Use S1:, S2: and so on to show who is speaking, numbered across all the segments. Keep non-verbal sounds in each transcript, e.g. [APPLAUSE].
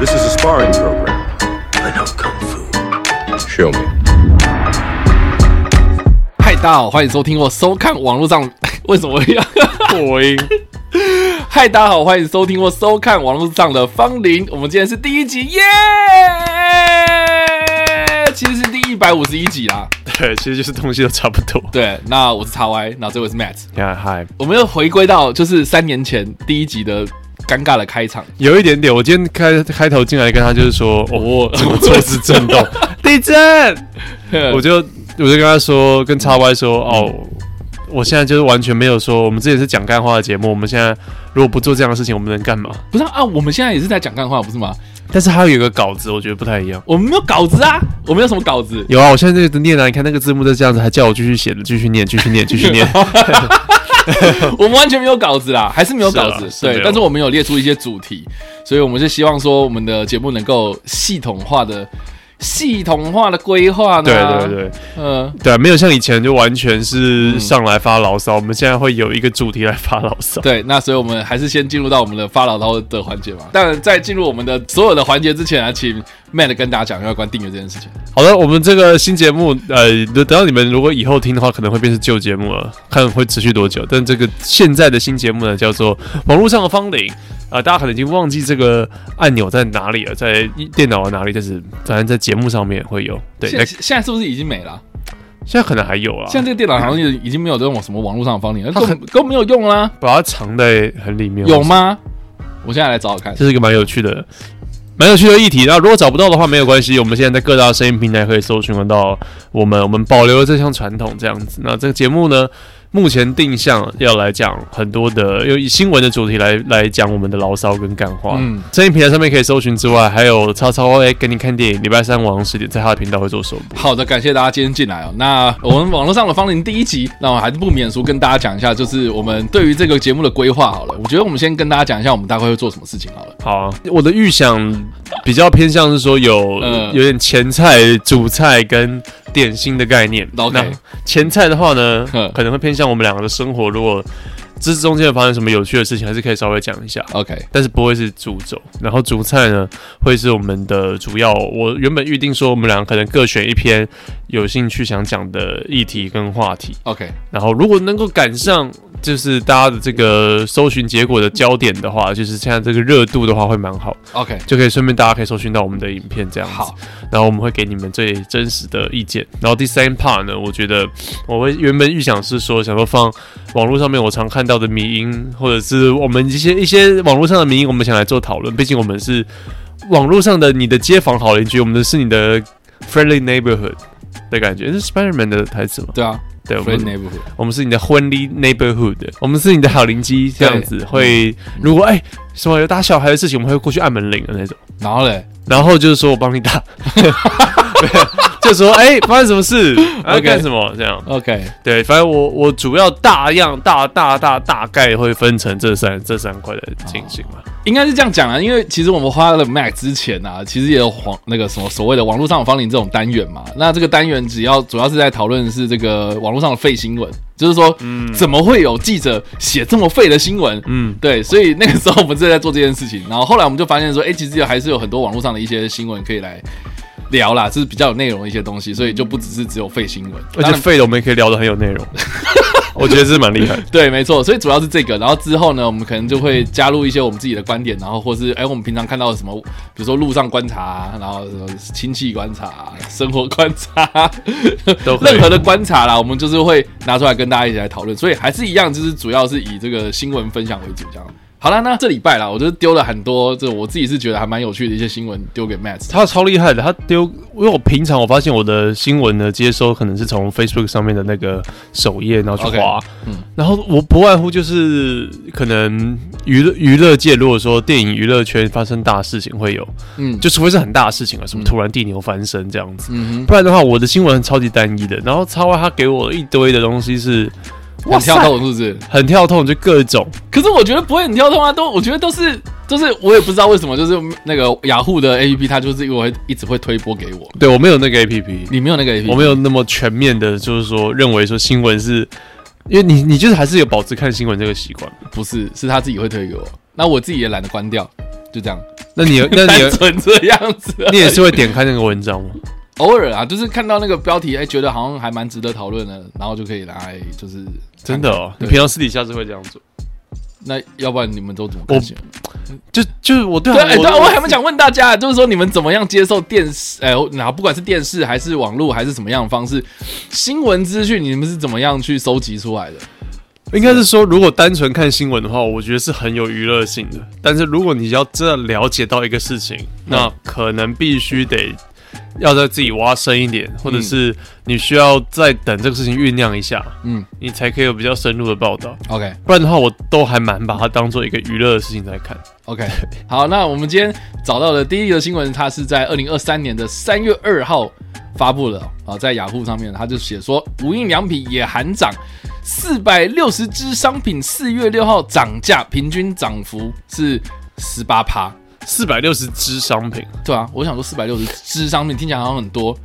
S1: sparring program. I know kung fu. Show me.
S2: 嗨，大家好，欢迎收听或收看网络上 [LAUGHS] 为什么要
S3: 破 [LAUGHS] 音，
S2: 嗨，大家好，欢迎收听或收看网络上的芳龄。我们今天是第一集，耶、其实是第一百五十一集啦。
S3: 对，其实就是东西都差不多。
S2: 对，那我是 X Y，那这位是 Matt。
S3: 呀，嗨，
S2: 我们又回归到就是三年前第一集的尴尬的开场，
S3: 有一点点，我今天开开头进来跟他就是说，哦，我怎么坐姿震动， [LAUGHS] 地震，我就我就跟他说，跟叉 Y 说，哦，我现在就是完全没有说，我们之前是讲干话的节目，我们现在如果不做这样的事情，我们能干嘛？
S2: 不是啊啊，我们现在也是在讲干话，不是吗？
S3: 但是还有一个稿子，我觉得不太一样。
S2: 我们没有稿子啊，我们有什么稿子？
S3: 有啊，我现在在念啊，你看那个字幕都这样子，还叫我继续写的，继续念，继续 [LAUGHS] 念，继续念。
S2: [LAUGHS] 我们完全没有稿子啦， [LAUGHS] 还是没有稿子。
S3: 是啊是没
S2: 对，
S3: 有
S2: 但是我们有列出一些主题，所以我们是希望说我们的节目能够系统化的、系统化的规划呢。
S3: 对对，对，
S2: 嗯、
S3: 对，啊没有像以前就完全是上来发牢骚，我们现在会有一个主题来发牢骚。
S2: 对，那所以我们还是先进入到我们的发牢骚的环节嘛。但在进入我们的所有的环节之前啊，请 Matt 跟大家讲有关订阅这件事情。
S3: 好的，我们这个新节目，呃，等到你们如果以后听的话，可能会变成旧节目了，看会持续多久。但这个现在的新节目呢，叫做《网络上的芳龄》啊、大家可能已经忘记这个按钮在哪里了，在电脑的哪里，但是反正在节目上面会有。对，
S2: 现
S3: 那
S2: 在现在是不是已经没了啊、
S3: 现在可能还有啊，
S2: 现在这个电脑好像也已经没有这种什么网络上的方 [LAUGHS] 领，根本根本没有用啦，
S3: 把它藏在很里面。
S2: 有？吗？我现在来找找看。
S3: 这是一个蛮有趣的、蛮有趣的议题。那如果找不到的话，没有关系，我们现在在各大声音平台可以搜寻得到我们，我们保留了这项传统这样子。那这个节目呢，目前定向要来讲很多的，又以新闻的主题来来讲我们的牢骚跟干话。
S2: 嗯
S3: 嗯，声音平台上面可以搜寻之外，还有超超哎给你看电影，礼拜三晚上十点在他的频道会做首播。
S2: 好的，感谢大家今天进来哦。那我们网络上的芳龄第一集，那我还是不免俗跟大家讲一下，就是我们对于这个节目的规划好了。我觉得我们先跟大家讲一下，我们大概会做什么事情好了。
S3: 好啊，我的预想比较偏向是说有、
S2: 嗯
S3: 有点前菜、主菜跟点心的概念。
S2: OK
S3: 那前菜的话呢
S2: 哼，
S3: 可能会偏向我们两个的生活，如果这中间有发生什么有趣的事情，还是可以稍微讲一下。
S2: OK，
S3: 但是不会是主轴，然后主菜呢会是我们的主要。我原本预定说我们两个可能各选一篇有兴趣想讲的议题跟话题，
S2: OK，
S3: 然后如果能够赶上，就是大家的这个搜寻结果的焦点的话，就是现在这个热度的话会蛮好，
S2: OK，
S3: 就可以顺便大家可以搜寻到我们的影片这样子。
S2: 好，
S3: 然后我们会给你们最真实的意见。然后第三 part 呢，我觉得我会原本预想是说，想说放网络上面我常看到的迷音，或者是我们一些一些网络上的迷音，我们想来做讨论。毕竟我们是网络上的你的街坊好邻居，我们的是你的 friendly neighborhood 的感觉，这是 Spiderman 的台词吗？
S2: 对啊
S3: 对，我们
S2: ，Friend Neighborhood，
S3: 我们是你的婚礼 neighborhood，我们是你的好邻居，这样子
S2: 嗯
S3: 会，如果哎、什么有打小孩的事情，我们会过去按门铃的那种，
S2: 然后嘞，
S3: 然后就是说我帮你
S2: [LAUGHS]
S3: 打，没有就说哎、发生什么
S2: [LAUGHS]
S3: 事，要
S2: OK
S3: 干什么这样，
S2: OK，
S3: 对，反正我我主要大样大大大大概会分成这三这三块来进行嘛，
S2: 应该是这样讲啊，因为其实我们花了 Mac 之前啊，其实也有网那个什么所谓的网络上的芳龄这种单元嘛。那这个单元只要主要是在讨论是这个网络上的废新闻，就是说，怎么会有记者写这么废的新闻？
S3: 嗯，
S2: 对，所以那个时候我们正在做这件事情，然后后来我们就发现说，哎、其实还是有很多网络上的一些新闻可以来聊啦，就是比较有内容的一些东西，所以就不只是只有废新闻，
S3: 而
S2: 当
S3: 且
S2: 然
S3: 废的我们也可以聊得很有内
S2: [LAUGHS]
S3: 容，我觉得这是蛮厉害的。
S2: 对，没错，所以主要是这个，然后之后呢，我们可能就会加入一些我们自己的观点，然后或是哎、我们平常看到的什么，比如说路上观察啊，然后什么亲戚观察啊、生活观察啊，
S3: 都可以
S2: 任何的观察啦，我们就是会拿出来跟大家一起来讨论。所以还是一样，就是主要是以这个新闻分享为主，这样。好啦，那这礼拜啦，我就丢了很多，这我自己是觉得还蛮有趣的一些新闻丢给 Matt。
S3: 他超厉害的，他丢，因为我平常我发现我的新闻的接收可能是从 Facebook 上面的那个首页，然后去滑
S2: OK，嗯
S3: 然后我不外乎就是可能娱乐娱乐界，如果说电影娱乐圈发生大事情会有，
S2: 嗯，
S3: 就除非是很大的事情啊，什么突然地牛翻身这样子，
S2: 嗯
S3: 不然的话我的新闻超级单一的。然后超外他给我一堆的东西是
S2: 哼，很跳动是不是？
S3: 很跳痛，就各种
S2: 可是我觉得不会很跳动啊，都我觉得都是，就是我也不知道为什么，就是那个雅虎的 APP，它就是因为会一直会推播给我。
S3: 对我没有那个 APP，
S2: 你没有那个 APP，
S3: 我没有那么全面的，就是说认为说新闻是，因为你你就是还是有保持看新闻这个习惯。
S2: 不是，是他自己会推给我，那我自己也懒得关掉，就这样。
S3: 那 [LAUGHS] 你有那你
S2: [LAUGHS] 单
S3: 有
S2: 纯这样子而已。
S3: 你也是会点开那个文章吗？
S2: 偶尔啊，就是看到那个标题，哎、觉得好像还蛮值得讨论的，然后就可以拿来就是
S3: 真的哦，你
S2: 对
S3: 平常私底下是会这样做？
S2: 那要不然你们都怎么看
S3: 我
S2: 新闻？
S3: 就就是我对
S2: 对，哎对啊，我还
S3: 还
S2: 蛮想问大家，就是说你们怎么样接受电视？哎、然后不管是电视还是网络还是什么样的方式，新闻资讯你们是怎么样去收集出来的？
S3: 应该是说，如果单纯看新闻的话，我觉得是很有娱乐性的。但是如果你要真的了解到一个事情，那可能必须得要在自己挖深一点，或者是你需要再等这个事情酝酿一下，
S2: 嗯
S3: 你才可以有比较深入的报道。
S2: ，OK
S3: 不然的话，我都还蛮把它当做一个娱乐的事情在看。
S2: OK，好， [LAUGHS] 那我们今天找到的第一个新闻，它是在二零二三年的三月二号发布的啊，在雅虎上面，它就写说无印良品也含涨。四百六十只商品四月六号涨价，平均涨幅是十八趴。
S3: 四百六十只商品，
S2: 对啊，我想说四百六十支商品听起来好像很多，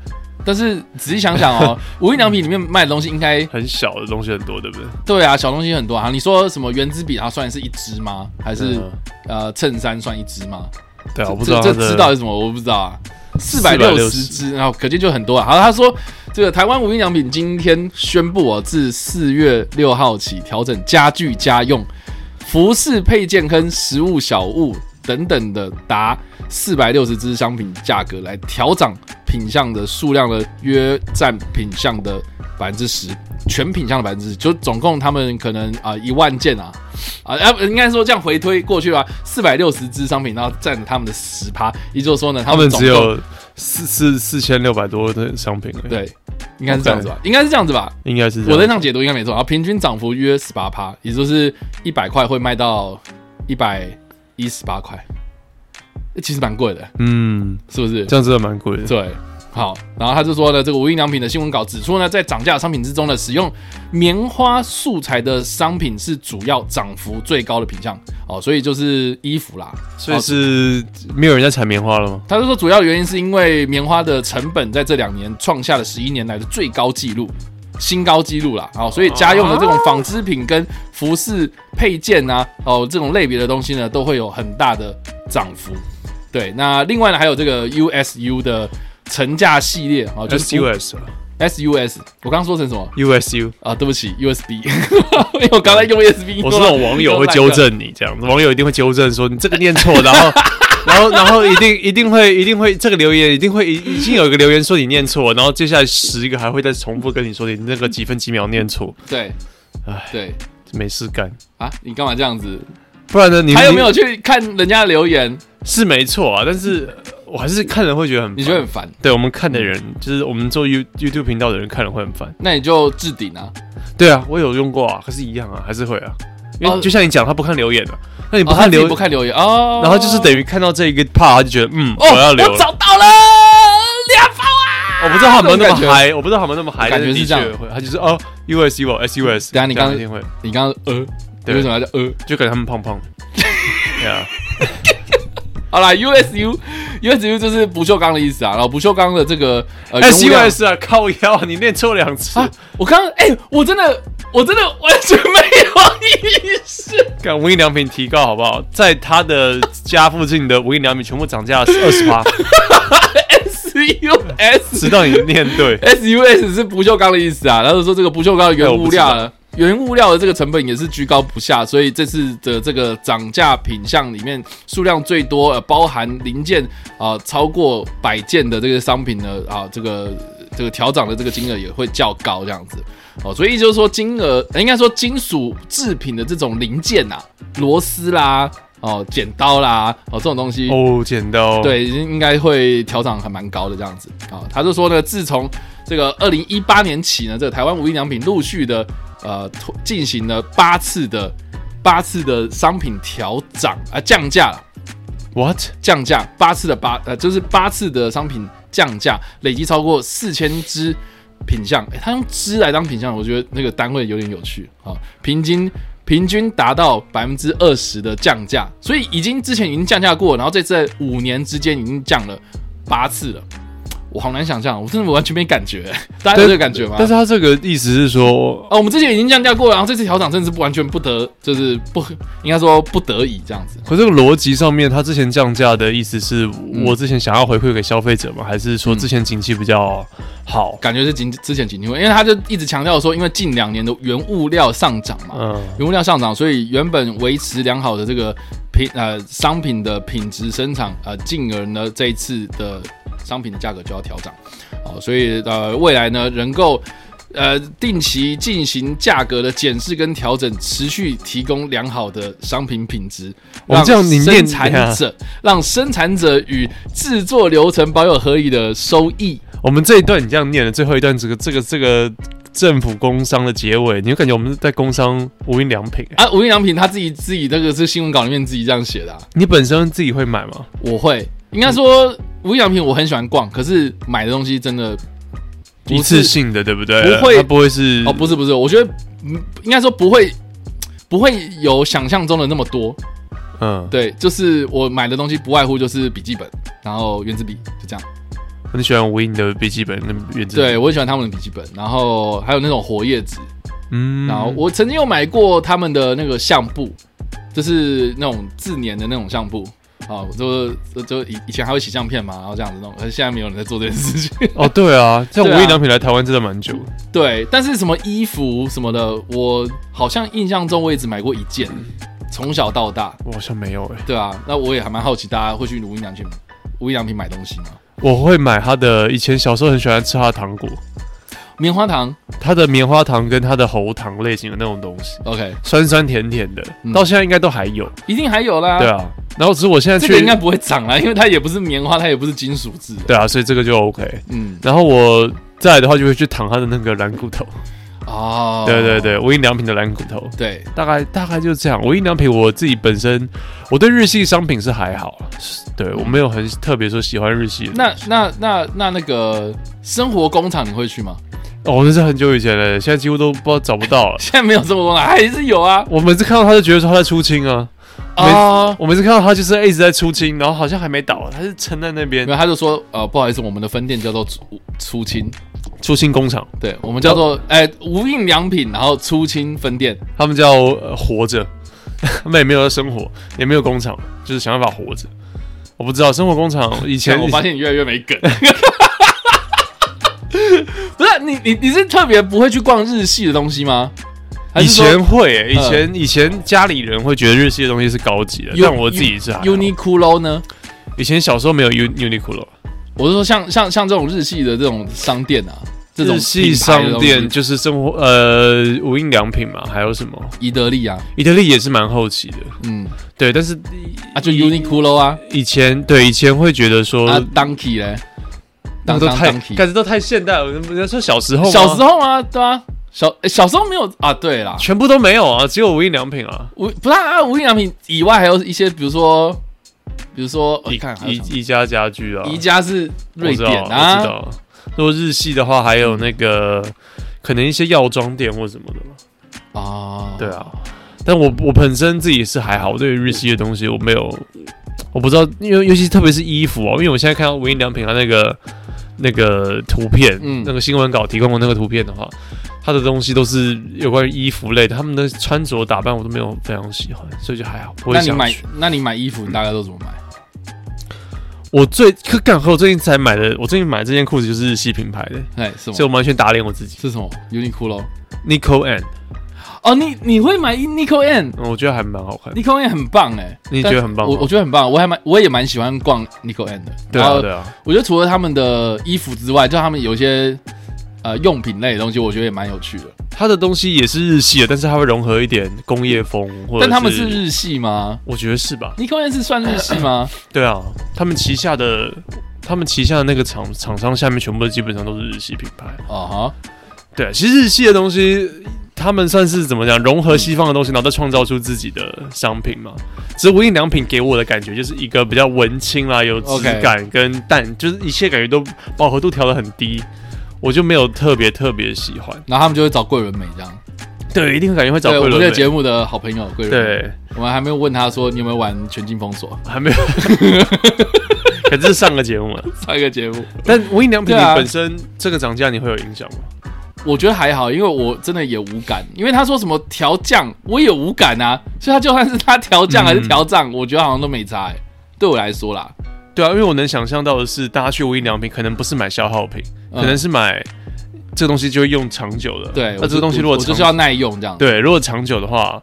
S2: 但是仔细想想
S3: [LAUGHS]
S2: 哦，无印良品里面卖的东西应该
S3: 很小的东西很多，对不对？
S2: 对啊，小东西很多啊。你说什么原子笔它算是一支吗？还是、
S3: 嗯
S2: 呃衬衫算一支吗？
S3: 对啊，我不知
S2: 这
S3: 道
S2: 这
S3: 它的
S2: 知道是什么？我不知道啊。四百六十
S3: 460
S2: 支，然后可见就很多啊。好，他说这个台湾无印良品今天宣布哦，自四月六号起调整家具家用、服饰配件跟食物小物等等的达四百六十支商品价格来调涨品项的数量的约占品项的百分之十，全品项的百分之十，就总共他们可能啊一、万件啊，啊，啊，应该说这样回推过去吧，四百六十支商品，然后占了他们的十趴，也就是说呢，他
S3: 他们
S2: 总
S3: 只
S2: 共
S3: 有四四四千六百多的商品而已，
S2: 对，应该是这样子吧，应该是这样子吧，
S3: 应该是这
S2: 我
S3: 样
S2: 的那样解读应该没错。然后啊平均涨幅约十八趴，也就是一百块会卖到一百一十八块，欸其实蛮贵的，
S3: 嗯，
S2: 是不是？
S3: 这样真的蛮贵的。
S2: 对，好，然后他就说呢，这个无印良品的新闻稿指出呢，在涨价的商品之中呢，使用棉花素材的商品是主要涨幅最高的品项哦，所以就是衣服啦，
S3: 所以
S2: 哦
S3: 是没有人在采棉花了吗？
S2: 他就说，主要原因是因为棉花的成本在这两年创下了十一年来的最高纪录，新高纪录啦。哦，所以家用的这种纺织品跟服饰配件啊，哦，这种类别的东西呢，都会有很大的涨幅。对，那另外呢，还有这个 USU 的成价系列哦，
S3: 呃
S2: 就是
S3: US
S2: SUS，我刚刚说成什么
S3: USU，
S2: 啊？对不起，USB，因 [LAUGHS] 为我刚才用 USB，
S3: 我是那种网友会纠正你这样，网友一定会纠正说你这个念错，
S2: [LAUGHS]
S3: 然后。然后，然后一定一定会一定会这个留言一定会已已经有一个留言说你念错，然后接下来十个还会再重复跟你说你那个几分几秒念错，
S2: 对
S3: 唉，
S2: 对
S3: 没事干。
S2: 啊，你干嘛这样子？
S3: 不然呢？你
S2: 还有没有去看人家的留言？
S3: 是没错啊？但是呃我还是看人会觉得很烦，
S2: 你觉得很烦？
S3: 对我们看的人，就是我们做 You YouTube 频道的人看了会很烦。
S2: 那你就置顶啊。
S3: 对啊，我有用过啊，可是一样啊，还是会啊，因
S2: 哦
S3: 为就像你讲，他不看留言啊，那你
S2: 哦
S3: 不
S2: 他
S3: 看
S2: 自己
S3: 留，
S2: 不看留言哦，
S3: 然后就是等于看到这一个 part，他就觉得嗯，
S2: 哦，
S3: 我要留了。
S2: 我找到了两包啊！
S3: 我不知道他们那
S2: 这种
S3: 么
S2: 感觉。
S3: 嗨，我不知道他们那么嗨，
S2: 感觉
S3: 但
S2: 是
S3: 的
S2: 这样
S3: 确会，他就是哦，US U S U S。
S2: 等一下你刚
S3: 一定会，
S2: 你刚刚呃，你
S3: 对
S2: 为什么要叫呃？
S3: 就感觉他们
S2: [LAUGHS]
S3: 胖胖的。对啊，
S2: 好啦 u s u [LAUGHS] u s u 就是不锈钢的意思啊。然后不锈钢的这个呃
S3: S
S2: 原
S3: U
S2: 物料
S3: S 啊，靠腰啊，你念错两次，
S2: 啊，我刚刚哎，我真的我真的完全没有意识。
S3: 看无印良品提高好不好？在他的家附近的无印良品全部涨价二
S2: [LAUGHS]
S3: 十八，
S2: S U
S3: 直
S2: S
S3: 到你念
S2: [LAUGHS]
S3: 对。
S2: S U S 是不锈钢的意思啊。然后说这个不锈钢的原物料呢。原物料的这个成本也是居高不下，所以这次的这个涨价品项里面数量最多，呃，包含零件啊、超过百件的这个商品呢啊、这个这个调涨的这个金额也会较高这样子哦，所以就是说金额、呃应该说金属制品的这种零件啊，螺丝啦哦、剪刀啦哦这种东西
S3: 哦，剪刀。，
S2: 对，应应该会调涨还蛮高的这样子啊、他就说呢，自从这个二零一八年起呢，这个台湾无印良品陆续的呃推进行了八次的八次的商品调涨啊、降价了，
S3: What？
S2: 降价八次的八呃就是八次的商品降价，累计超过四千只品项。诶他用只来当品项，我觉得那个单位有点有趣啊、平均。平均达到百分之二十的降价，所以已经之前已经降价过，然后这次在五年之间已经降了八次了。我好难想象，我真的完全没感觉， [LAUGHS] 大家有这个感觉吗？
S3: 但是他这个意思是说，
S2: 啊，我们之前已经降价过了，然后这次调涨真的是不完全不得，就是不应该说不得已这样子。
S3: 可这个逻辑上面，他之前降价的意思是我
S2: 嗯
S3: 之前想要回馈给消费者吗？还是说之前景气比较好？
S2: 感觉是景之前景气，因为他就一直强调说，因为近两年的原物料上涨嘛，
S3: 嗯，
S2: 原物料上涨，所以原本维持良好的这个品呃商品的品质生产，呃，进而呢这一次的商品的价格就要调涨，哦，所以呃未来呢能够呃定期进行价格的检视跟调整，持续提供良好的商品品质，
S3: 我们这样你
S2: 让生
S3: 念
S2: 产者让生产者与制作流程保有合理的收益。
S3: 我们这一段你这样念的最后一段，这个这个这个政府工商的结尾，你就感觉我们是在工商无印良品、
S2: [LAUGHS]
S3: 欸
S2: 啊，无印良品他自己自己那个是新闻稿里面自己这样写的、啊，
S3: 你本身自己会买吗？
S2: 我会，应该说无印良品我很喜欢逛，可是买的东西真的不
S3: 一
S2: 是
S3: 次性的，对不对？
S2: 不会
S3: 它不会是
S2: 哦，不是不是，我觉得嗯应该说不会不会有想象中的那么多。
S3: 嗯，
S2: 对，就是我买的东西不外乎就是笔记本，然后圆珠笔，就这样。
S3: 你喜欢无印的笔记本跟原子笔？
S2: 对我很喜欢他们的笔记本，然后还有那种活页纸，
S3: 嗯，
S2: 然后我曾经有买过他们的那个相簿，就是那种自粘的那种相簿。啊，就就就以以前还会洗相片嘛，然后这样子弄，可是现在没有人在做这件事情。 [LAUGHS]
S3: 哦，对啊，像无
S2: 对啊
S3: 印良品来台湾真的蛮久，
S2: 对，但是什么衣服什么的，我好像印象中我也只买过一件，从小到大，
S3: 我好像没有哎、
S2: 对啊，那我也还蛮好奇，大家会去无印良品无印良品买东西吗？
S3: 我会买它的，以前小时候很喜欢吃它的糖果，
S2: 棉花糖
S3: 它的棉花糖跟它的喉糖类型的那种东西，
S2: ，OK，
S3: 酸酸甜甜的，
S2: 嗯
S3: 到现在应该都还有，
S2: 一定还有啦。
S3: 对，啊。然后只是我现在
S2: 这
S3: 去，
S2: 个应该不会涨啦，因为它也不是棉花，它也不是金属制的。
S3: 对啊，所以这个就 OK。
S2: 嗯，
S3: 然后我再来的话就会去躺它的那个蓝骨头，
S2: 哦，
S3: 对对对，无印良品的蓝骨头，
S2: 对，
S3: 大概大概就这样。无印良品我自己本身，我对日系商品是还好，啊对我没有很特别说喜欢日系的。
S2: 那那那那那个生活工厂你会去吗？ [LAUGHS]
S3: 哦，那是很久以前了，现在几乎都不知道找不到了。
S2: 现在没有生活工厂，还是有啊
S3: 我每次看到他就觉得说他在出清啊，
S2: 啊。
S3: 我每次看到他就是一直在出清，然后好像还没倒，他是撑在那边
S2: 没有，他就说，呃，不好意思，我们的分店叫做出出清，
S3: 出清工厂，
S2: 对我们叫
S3: 哦
S2: 做哎、无印良品，然后出清分店，
S3: 他们叫、呃活着，他们也没有在生活，也没有工厂，就是想办法活着。我不知道生活工厂以前
S2: 我发现你越来越没梗。 [LAUGHS] 不是啊你你你是特别不会去逛日系的东西吗？还
S3: 以
S2: 是说嗯
S3: 前会、欸，以前、以前家里人会觉得日系的东西是高级的，
S2: U-
S3: 但我自己是还好
S2: Uniqlo 呢？
S3: 以前小时候没有 U Uniqlo，
S2: 我是说像像像这种日系的这种商店啊，这种
S3: 日系
S2: 品牌的
S3: 商
S2: 东西
S3: 店就是生活呃无印良品嘛，还有什么
S2: 宜得利啊，
S3: 意大利也是蛮后期的，
S2: 嗯
S3: 对，但是
S2: 啊就 Uniqlo 啊
S3: 以前对以前会觉得说、
S2: 啊 Donkey 嘞，
S3: 那
S2: 当
S3: 个都太
S2: 当 Donkey
S3: 感觉都太现代了，人家说小时候吗
S2: 小时候啊，对啊，小诶小时候没有啊，对啦，
S3: 全部都没有啊，只有无印良品啊，
S2: 无不是啊，无印良品以外还有一些，比如说比如说，哦你看还有
S3: 宜
S2: 什么
S3: 宜家家居啊，
S2: 宜家是瑞典
S3: 我
S2: 啊
S3: 知道。，我知道如果日系的话，还有那个可能一些药妆店或什么的嘛。
S2: 啊，
S3: 对啊，但我我本身自己是还好，我对于日系的东西我没有，我不知道，因为尤其特别是衣服哦，因为我现在看到无印良品它那个那个图片，
S2: 嗯
S3: 那个新闻稿提供的那个图片的话，它的东西都是有关于衣服类的，他们的穿着打扮我都没有非常喜欢，所以就还好，不会
S2: 那你
S3: 想
S2: 买
S3: 去。
S2: 那你买衣服，你大概都怎么买？
S3: 我最可干和我最近才买的，我最近买这件裤子就是日系品牌的，
S2: 哎，什
S3: 所以
S2: 么？
S3: 我完全打脸我自己。
S2: 是什么？Uniqlo。
S3: Nico and，
S2: 哦，你你会买 Nico N？Nico
S3: 嗯我觉得还蛮好看的。
S2: N 很棒哎，
S3: 你
S2: 但
S3: 觉得很棒吗
S2: 我我觉得很棒，我还蛮我也蛮喜欢逛 Nico N 的。
S3: 对
S2: 然
S3: 啊，
S2: 后
S3: 对啊，
S2: 我觉得除了他们的衣服之外，就他们有一些呃用品类的东西，我觉得也蛮有趣的。
S3: 它的东西也是日系的，但是它会融合一点工业风，或者
S2: 但他们是日系吗
S3: 我觉得是吧？
S2: ？Nico N 是算日系
S3: [LAUGHS]
S2: 吗？
S3: 对啊，他们旗下的他们旗下的那个厂厂商下面全部都基本上都是日系品牌。
S2: 哦哈。
S3: 对啊、其实日系的东西，他们算是怎么讲，融合西方的东西，然后再创造出自己的商品嘛。只是无印良品给我的感觉就是一个比较文青啦，有质
S2: OK
S3: 感跟淡就是一切感觉都饱和度调得很低，我就没有特别特别喜欢。
S2: 然后他们就会找桂纶镁这样。
S3: 对，一定感觉会找
S2: 对，我
S3: 桂
S2: 们这
S3: 纶镁
S2: 个。节目的好朋友桂纶镁，
S3: 对， [LAUGHS]
S2: 我们还没有问他说你有没有玩全境封锁。
S3: 还没有，可是上个节目了。
S2: 上一个节目，啊
S3: 但无印良品
S2: 对啊
S3: 你本身这个涨价你会有影响吗？
S2: 我觉得还好，因为我真的也无感，因为他说什么调降，我也无感啊，所以他就算是他调
S3: 嗯
S2: 降还是调涨，我觉得好像都没差、欸，对我来说啦，
S3: 对啊，因为我能想象到的是，大家去无印良品可能不是买消耗品，
S2: 嗯
S3: 可能是买这个东西就会用长久的。
S2: 对，
S3: 那这个东西如
S2: 我
S3: 果
S2: 就我
S3: 长
S2: 就是要耐用这样，
S3: 对，如果长久的话，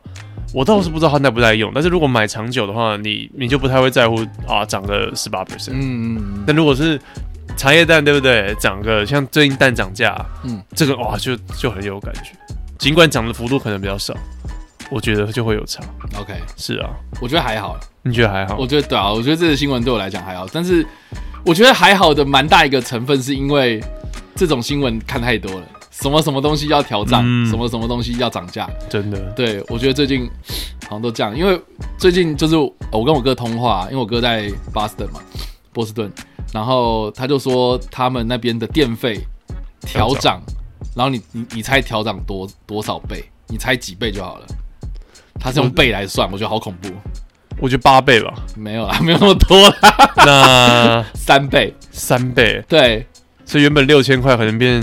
S3: 我倒是不知道它耐不耐用，但是如果买长久的话，你你就不太会在乎啊涨个十八 percent。
S2: 嗯，嗯嗯，
S3: 那如果是茶叶蛋，对不对？涨个像最近蛋涨价，
S2: 嗯
S3: 嗯，这个哇就就很有感觉，尽管涨的幅度可能比较少，我觉得就会有差。
S2: 嗯，OK，
S3: 是啊，
S2: 我觉得还好啦，
S3: 你觉得还好
S2: 我？觉得对啊，我觉得这个新闻对我来讲还好，但是我觉得还好的蛮大一个成分是因为这种新闻看太多了，什么什么东西要调涨，
S3: 嗯
S2: 什么什么东西要涨价，
S3: 真的，
S2: 对，我觉得最近好像都这样，因为最近就是我跟我哥通话，因为我哥在 Boston 嘛，波士顿，然后他就说他们那边的电费调
S3: 调
S2: 涨，然后你你你猜调涨多多少倍？你猜几倍就好了。他是用倍来算，我觉得好恐怖。
S3: 我觉得八倍吧，
S2: 没有啦，啊没有那么多啦，
S3: [LAUGHS] 那
S2: 三倍，
S3: 三倍，
S2: 对，
S3: 所以原本六千块可能变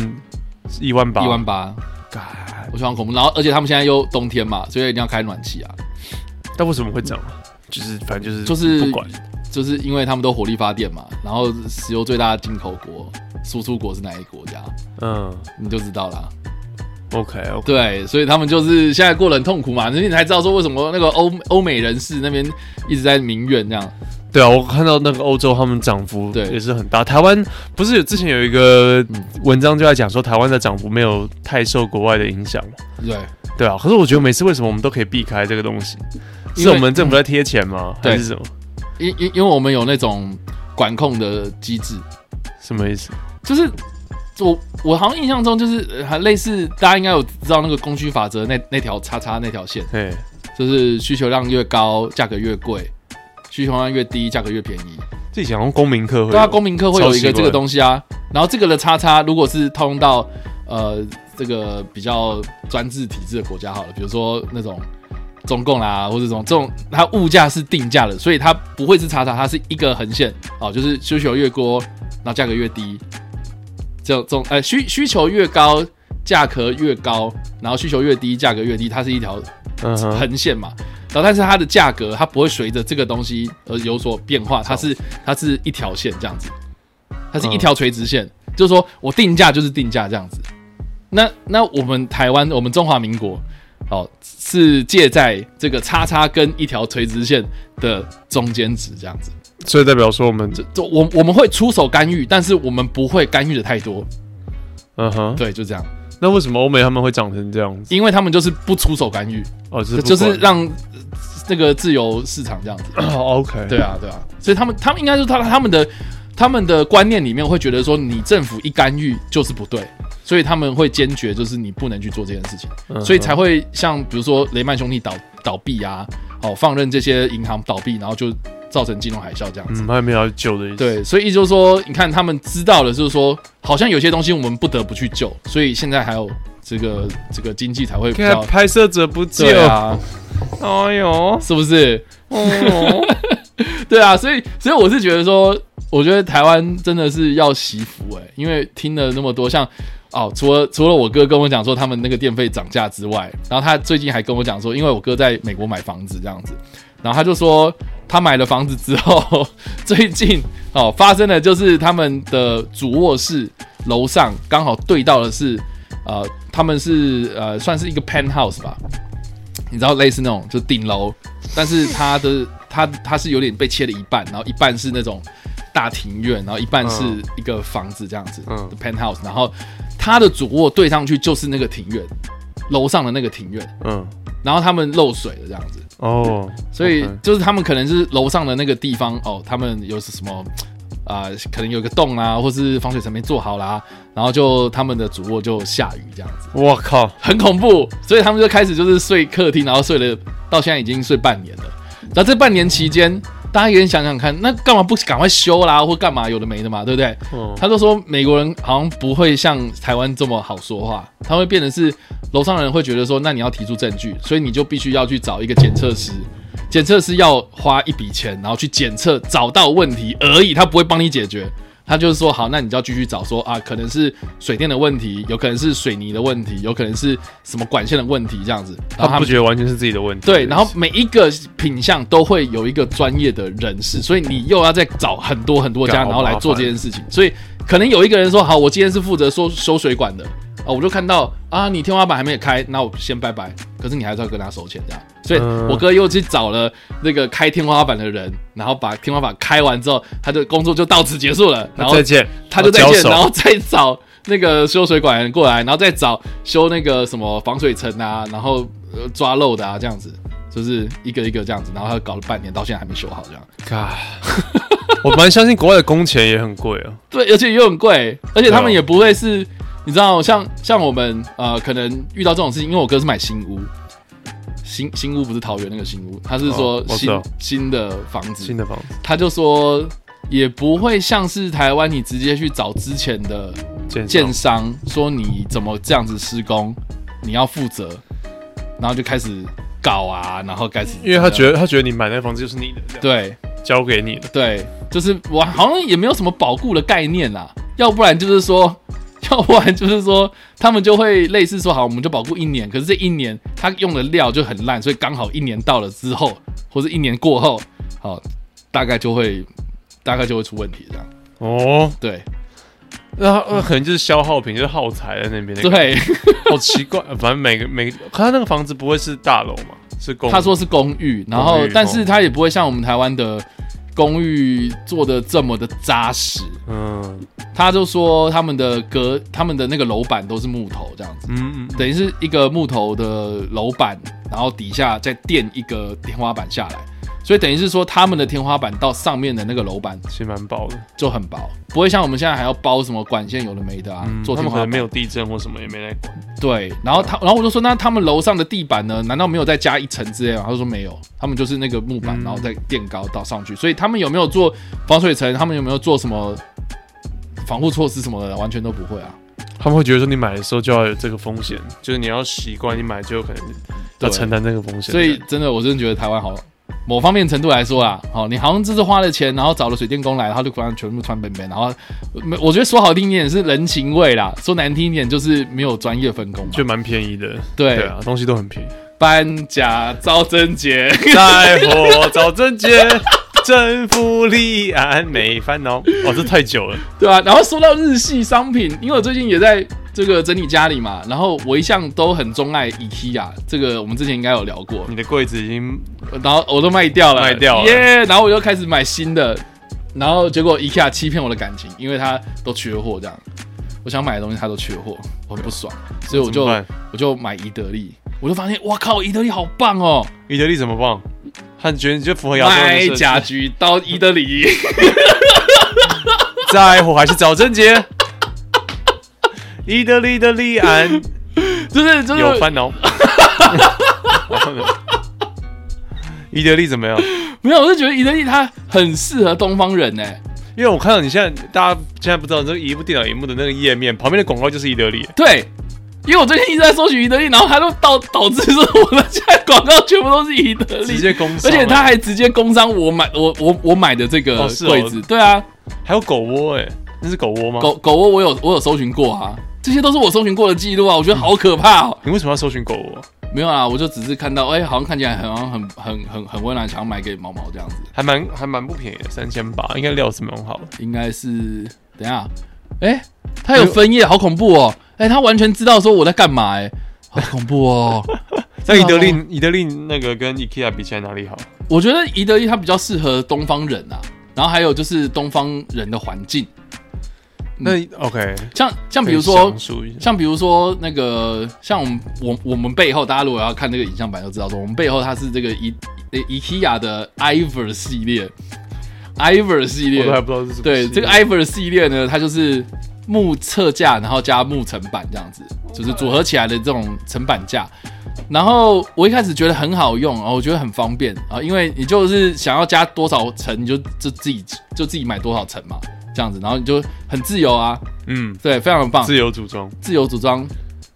S3: 一万八，
S2: 一万八，
S3: 干。
S2: 我觉得很恐怖。然后而且他们现在又冬天嘛，所以一定要开暖气啊，
S3: 但为什么会涨啊？就是反正就是
S2: 就是
S3: 不管，
S2: 就是因为他们都火力发电嘛，然后石油最大的进口国、输出国是哪一个国家？
S3: 嗯
S2: 你就知道啦。
S3: ，OK OK，
S2: 对，所以他们就是现在过得很痛苦嘛，所以你才知道说为什么那个欧欧美人士那边一直在民怨这样。
S3: 对啊，我看到那个欧洲他们涨幅
S2: 对嗯
S3: 也是很大。台湾不是有之前有一个文章就在讲说台湾的涨幅没有太受国外的影响嘛？
S2: 对，
S3: 对啊，可是我觉得每次为什么我们都可以避开这个东西？
S2: 因为嗯
S3: 是我们政府在贴钱吗？
S2: 对
S3: 还是什么？
S2: 因因因为我们有那种管控的机制，
S3: 什么意思？
S2: 就是我我好像印象中就是呃还类似大家应该有知道那个供需法则那那条叉叉那条线，
S3: 哎，
S2: 就是需求量越高，价格越贵；需求量越低，价格越便宜。
S3: 这以前好像公民课会嗯
S2: 对啊，
S3: 有
S2: 公民课会有一个
S3: 超奇怪
S2: 这个东西啊，然后这个的叉叉如果是套用到呃这个比较专制体制的国家好了，比如说那种中共啦，或者这种这种它物价是定价的，所以它不会是叉叉，它是一个横线哦，就是需求越多，然后价格越低，这种这种呃需需求越高。价格越高，然后需求越低，价格越低，它是一条
S3: 嗯哼，
S2: 横线嘛。然后，但是它的价格它不会随着这个东西而有所变化，它是它是一条线这样子，它
S3: 嗯
S2: 是一条垂直线，就是说我定价就是定价这样子。那那我们台湾，我们中华民国，哦，是介在这个叉叉跟一条垂直线的中间值这样子。
S3: 所以代表说我们
S2: 这这我我们会出手干预，但是我们不会干预的太多。
S3: 嗯哼，
S2: 对，就这样，
S3: 那为什么欧美他们会涨成这样子？
S2: 因为他们就是不出手干预，
S3: 哦，就是
S2: 就
S3: 不
S2: 是
S3: 管
S2: 让呃那个自由市场这样子。
S3: 哦 OK，
S2: 对啊，对啊，所以他们他们应该就是他他们的他们的观念里面会觉得说，你政府一干预就是不对，所以他们会坚决就是你不能去做这件事情，
S3: 嗯哼
S2: 所以才会像比如说雷曼兄弟倒倒闭啊，哦放任这些银行倒闭，然后就造成金融海啸这样子。
S3: 嗯，他们没有要救的意思。，
S2: 对，所以就是说，你看他们知道了，就是说，好像有些东西我们不得不去救，所以现在还有这个这个经济才会比
S3: 看
S2: 较
S3: 来拍摄者不救
S2: 啊对，啊，
S3: 哎呦，
S2: [LAUGHS] 是不是？
S3: 哎呦。
S2: [LAUGHS] 对啊，所以所以我是觉得说，我觉得台湾真的是要惜福哎、因为听了那么多，像哦，除了除了我哥跟我讲说他们那个电费涨价之外，然后他最近还跟我讲说，因为我哥在美国买房子这样子，然后他就说他买了房子之后，最近哦发生的就是他们的主卧室楼上刚好对到的是呃，他们是呃算是一个 penthouse 吧，你知道类似那种就顶楼，但是它的它它是有点被切了一半，然后一半是那种大庭院，然后一半是
S3: 嗯
S2: 一个房子这样子、
S3: 嗯
S2: p e n t h o u s e 然后它的主卧对上去就是那个庭院，楼上的那个庭院，
S3: 嗯，
S2: 然后他们漏水了这样子，
S3: 哦，
S2: 所以
S3: OK
S2: 就是他们可能就是楼上的那个地方哦，他们有什么啊、可能有个洞啊，或是防水层没做好啦，然后就他们的主卧就下雨这样子，
S3: 我靠，
S2: 很恐怖，所以他们就开始就是睡客厅，然后睡了到现在已经睡半年了。然后这半年期间，大家也想想看，那干嘛不赶快修啦，或干嘛有的没的嘛，对不对？
S3: 嗯，
S2: 他就说美国人好像不会像台湾这么好说话，他会变得是楼上的人会觉得说，那你要提出证据，所以你就必须要去找一个检测师，检测师要花一笔钱，然后去检测找到问题而已，他不会帮你解决。他就是说，好，那你就要继续找说啊，可能是水电的问题，有可能是水泥的问题，有可能是什么管线的问题，这样子。然后
S3: 他
S2: 他
S3: 不
S2: 们
S3: 觉得完全是自己的问题。
S2: 对，然后每一个品项都会有一个专业的人士，所以你又要再找很多很多家，
S3: 搞
S2: 然后来做这件事情。所以可能有一个人说，好，我今天是负责收收水管的啊，我就看到啊，你天花板还没有开，那我先拜拜。可是你还是要跟他收钱这样，所以
S3: 嗯
S2: 我哥又去找了那个开天花板的人，然后把天花板开完之后，他的工作就到此结束了。然后
S3: 再见，
S2: 他就再
S3: 哦交
S2: 见，
S3: 手
S2: 然后再找那个修水管的人过来，然后再找修那个什么防水层啊，然后呃抓漏的啊，这样子，就是一个一个这样子，然后他搞了半年，到现在还没修好这样。
S3: God
S2: [LAUGHS]
S3: 我蛮相信国外的工钱也很贵啊。
S2: 对，而且又很贵，而且他们
S3: 对哦
S2: 也不会是，你知道，像像我们呃，可能遇到这种事情，因为我哥是买新屋。新新屋不是桃园那个新屋，他是说
S3: 哦我知
S2: 新、
S3: 道
S2: 新的房子，
S3: 新的房子
S2: 他就说也不会像是台湾，你直接去找之前的
S3: 建
S2: 建
S3: 建
S2: 商说你怎么这样子施工，你要负责，然后就开始搞啊，然后开始，
S3: 因为他觉得他觉得你买那个房子就是你的，这样
S2: 对
S3: 交给你的。
S2: 对，就是我好像也没有什么保固的概念啦，要不然就是说，要不然就是说，他们就会类似说好，我们就保固一年，可是这一年他用的料就很烂，所以刚好一年到了之后，或者一年过后，好，大概就会大概就会出问题这样，
S3: 哦，
S2: 对
S3: 那他那可能就是消耗品，就是耗材在那边。，
S2: 对，
S3: 好奇怪，反正每个每个，可他那个房子不会是大楼嘛？是公，
S2: 他说是公寓，然后
S3: 公寓
S2: 但是他也不会像我们台湾的公寓做的这么的扎实。
S3: 嗯
S2: 他就说他们的隔他们的那个楼板都是木头这样子，
S3: 嗯嗯，
S2: 等于是一个木头的楼板，然后底下再垫一个天花板下来，所以等于是说他们的天花板到上面的那个楼板
S3: 其实蛮薄的。
S2: 就很薄，不会像我们现在还要包什么管线有的没的啊，
S3: 嗯
S2: 做
S3: 他
S2: 天
S3: 们可
S2: 花板
S3: 能没有地震或什么也没来管。
S2: 对，然后他，然后我就说，那他们楼上的地板呢？难道没有再加一层之类吗？他就说没有，他们就是那个木板，
S3: 嗯
S2: 然后再垫高到上去。所以他们有没有做防水层？他们有没有做什么防护措施什么的？完全都不会啊。
S3: 他们会觉得说你买的时候就要有这个风险，就是你要习惯你买就有可能
S2: 对
S3: 要承担这个风险。
S2: 所以真的，我真的觉得台湾好，某方面程度来说啦，好，你好像就是花了钱，然后找了水电工来，然后就突然全部穿本本，然后没我觉得说好听一点是人情味啦，说难听一点就是没有专业分工嘛，
S3: 就蛮便宜的。
S2: 对
S3: 对啊，东西都很便宜。
S2: 搬家招贞节。
S3: 在火找正解，征服立案没烦恼。 [LAUGHS] 哦，这太久了。
S2: 对啊，然后说到日系商品，因为我最近也在这个整理家里嘛，然后我一向都很钟爱 IKEA，这个我们之前应该有聊过，
S3: 你的柜子已经
S2: 然后我都卖掉了，
S3: 卖掉了
S2: 耶然后我又开始买新的，然后结果 IKEA 欺骗我的感情，因为它都缺货这样，我想买的东西它都缺货，我很不爽，所以我就
S3: 怎么办
S2: 我就买宜得利，我就发现哇靠，宜得利好棒哦，
S3: 你的力怎么棒？他觉得你就符合亚洲人
S2: 卖
S3: 的设计
S2: 家居到宜得利， [LAUGHS]
S3: 在火还是找正解？伊德利的利 [LAUGHS] 安
S2: 就是就是
S3: 有 [LAUGHS] 烦恼。然后呢伊德利怎么样？
S2: 没有，我就觉得宜得利它很适合东方人哎、
S3: 因为我看到你现在，大家现在不知道这个一部电脑荧幕的那个页面旁边的广告就是伊德利，
S2: 对，因为我最近一直在搜寻宜得利，然后他就导导致说我们现在广告全部都是宜得
S3: 直
S2: 利，
S3: 接攻上
S2: 而
S3: 了，
S2: 且他还直接工商我买我我我买的这个
S3: 哦是哦
S2: 柜子，对啊，
S3: 还有狗窝哎、那是狗窝吗？
S2: 狗狗窝我有我有搜寻过啊，这些都是我搜寻过的记录啊，我觉得好可怕哦。
S3: 你为什么要搜寻狗窝？
S2: 没有啊，我就只是看到，哎、好像看起来很好像很很很很温暖，想要买给毛毛这样子，
S3: 还蛮还蛮不便宜的，三千八，应该料是蛮好的。
S2: 应该是等一下，哎、他有分页，好恐怖哦，哎、他完全知道说我在干嘛、哎，好恐怖哦。
S3: 那
S2: 吗
S3: 伊德利伊德利那个跟 IKEA 比起来哪里好？
S2: 我觉得宜得利它比较适合东方人啊，然后还有就是东方人的环境，
S3: 那 OK，
S2: 像像
S3: 可
S2: 比
S3: 以
S2: 如说
S3: 详，述一下
S2: 像比如说那个，像我们我我们背后，大家如果要看这个影像版就知道说，我们背后它是这个宜呃 IKEA 的 Ivor 系列，Ivor 系
S3: 我都还
S2: 列，
S3: 不知道是什么。
S2: 对这个 Ivor 系列呢，它就是木侧架，然后加木层板这样子，就是组合起来的这种层板架。然后我一开始觉得很好用，哦，我觉得很方便啊，因为你就是想要加多少层，你就就自己就自己买多少层嘛，这样子，然后你就很自由啊，
S3: 嗯，
S2: 对，非常的棒，
S3: 自由组装
S2: 自由组装，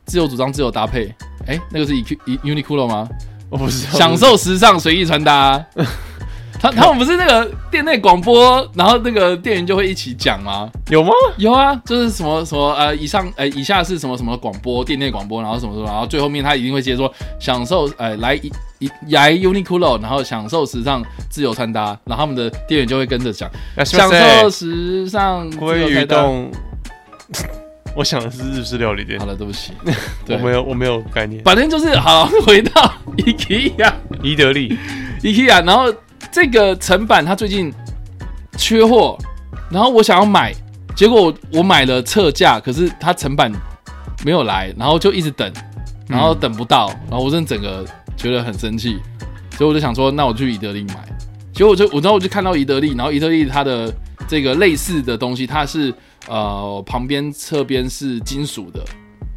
S2: 自由组装，自由搭配。哎，那个是 E Q Uniqlo 吗？
S3: 我不知道
S2: 享受时尚随意穿搭。他他们不是那个店内广播，然后那个店员就会一起讲吗？
S3: 有吗？
S2: 有啊，就是什么什么呃，以上呃以下是什么什么广播店内广播，然后什么什么，然后最后面他一定会接说享受呃来一一来 Uniqlo，然后享受时尚自由穿搭，然后他们的店员就会跟着讲享受时尚自由
S3: 哎鲑鱼
S2: 穿搭。
S3: 冻， [LAUGHS] 我想的是日式料理店
S2: 好，了，对不 [LAUGHS] 起，
S3: 我
S2: 对
S3: 没有我没有概念。
S2: 反正就是好 [LAUGHS] 回到 IKEA。
S3: 伊德利
S2: IKEA，然后这个层板它最近缺货，然后我想要买，结果我我买了特价，可是它层板没有来，然后就一直等，然后等不到，然后我真的整个觉得很生气，所以我就想说，那我去宜得利买，结果我就我然后我就看到宜得利，然后宜得利它的这个类似的东西，它是呃旁边侧边是金属的。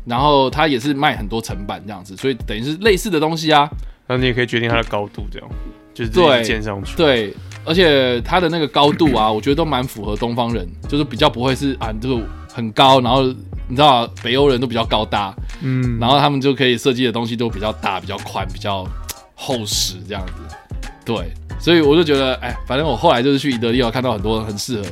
S2: 然后它也是卖很多层板这样子，所以等于是类似的东西啊。
S3: 然后你也可以决定它的高度，这样就是自
S2: 对
S3: 己建上去。
S2: 对，而且它的那个高度啊，我觉得都蛮符合东方人，就是比较不会是啊，就是很高，然后你知道、北欧人都比较高大，
S3: 嗯，
S2: 然后他们就可以设计的东西都比较大、比较宽、比较厚实这样子。对，所以我就觉得，哎，反正我后来就是去伊德利奥看到很多很适合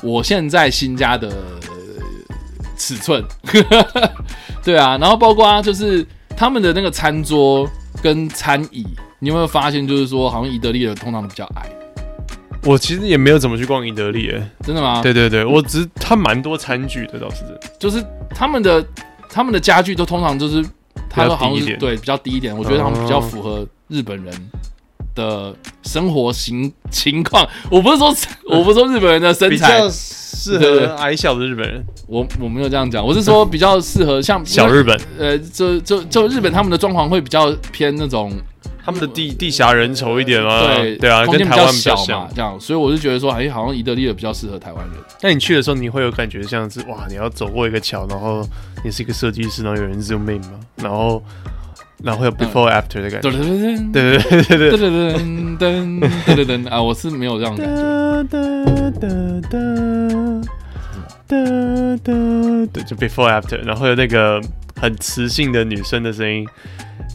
S2: 我现在新家的呃尺寸。 [LAUGHS] 对啊，然后包括就是他们的那个餐桌跟餐椅，你有没有发现，就是说好像伊德利的通常都比较矮，
S3: 我其实也没有怎么去逛伊德利，哎，
S2: 真的吗？
S3: 对对对，我只它蛮多餐具的，倒是真的。
S2: 就是他们的他们的家具都通常就是，他都好像
S3: 比较低一
S2: 是
S3: 点
S2: 对比较低一点，我觉得他们
S3: 哦
S2: 比较符合日本人的生活情情况。我不是
S3: [LAUGHS]
S2: 说我不是说日本人的身
S3: 比
S2: 材
S3: 较，适
S2: 对对
S3: 合矮小的日本人，
S2: 我我没有这样讲，我是
S3: [LAUGHS]
S2: 说比较适合像
S3: 小日本，
S2: 呃，就就就日本他们的装潢会比较偏那种
S3: 他们的地地狭人稠一点啊，
S2: 对
S3: 对啊，
S2: 空
S3: 跟
S2: 间
S3: 台
S2: 较
S3: 湾比较
S2: 小嘛
S3: 像，。
S2: 这样，所以我就觉得说，哎，好像宜得利的比较适合台湾人。
S3: 那你去的时候，你会有感觉像是哇，你要走过一个桥，然后你是一个设计师，然后有人 zoom in 嘛，然后然后会有 before after 的感觉
S2: 噔，噔噔
S3: 对对对对
S2: 噔
S3: 对。
S2: 噔噔噔噔噔啊！我是没有这样感觉。
S3: 哒哒哒哒哒哒，对，就 before after，然后有那个很磁性的女生的声音，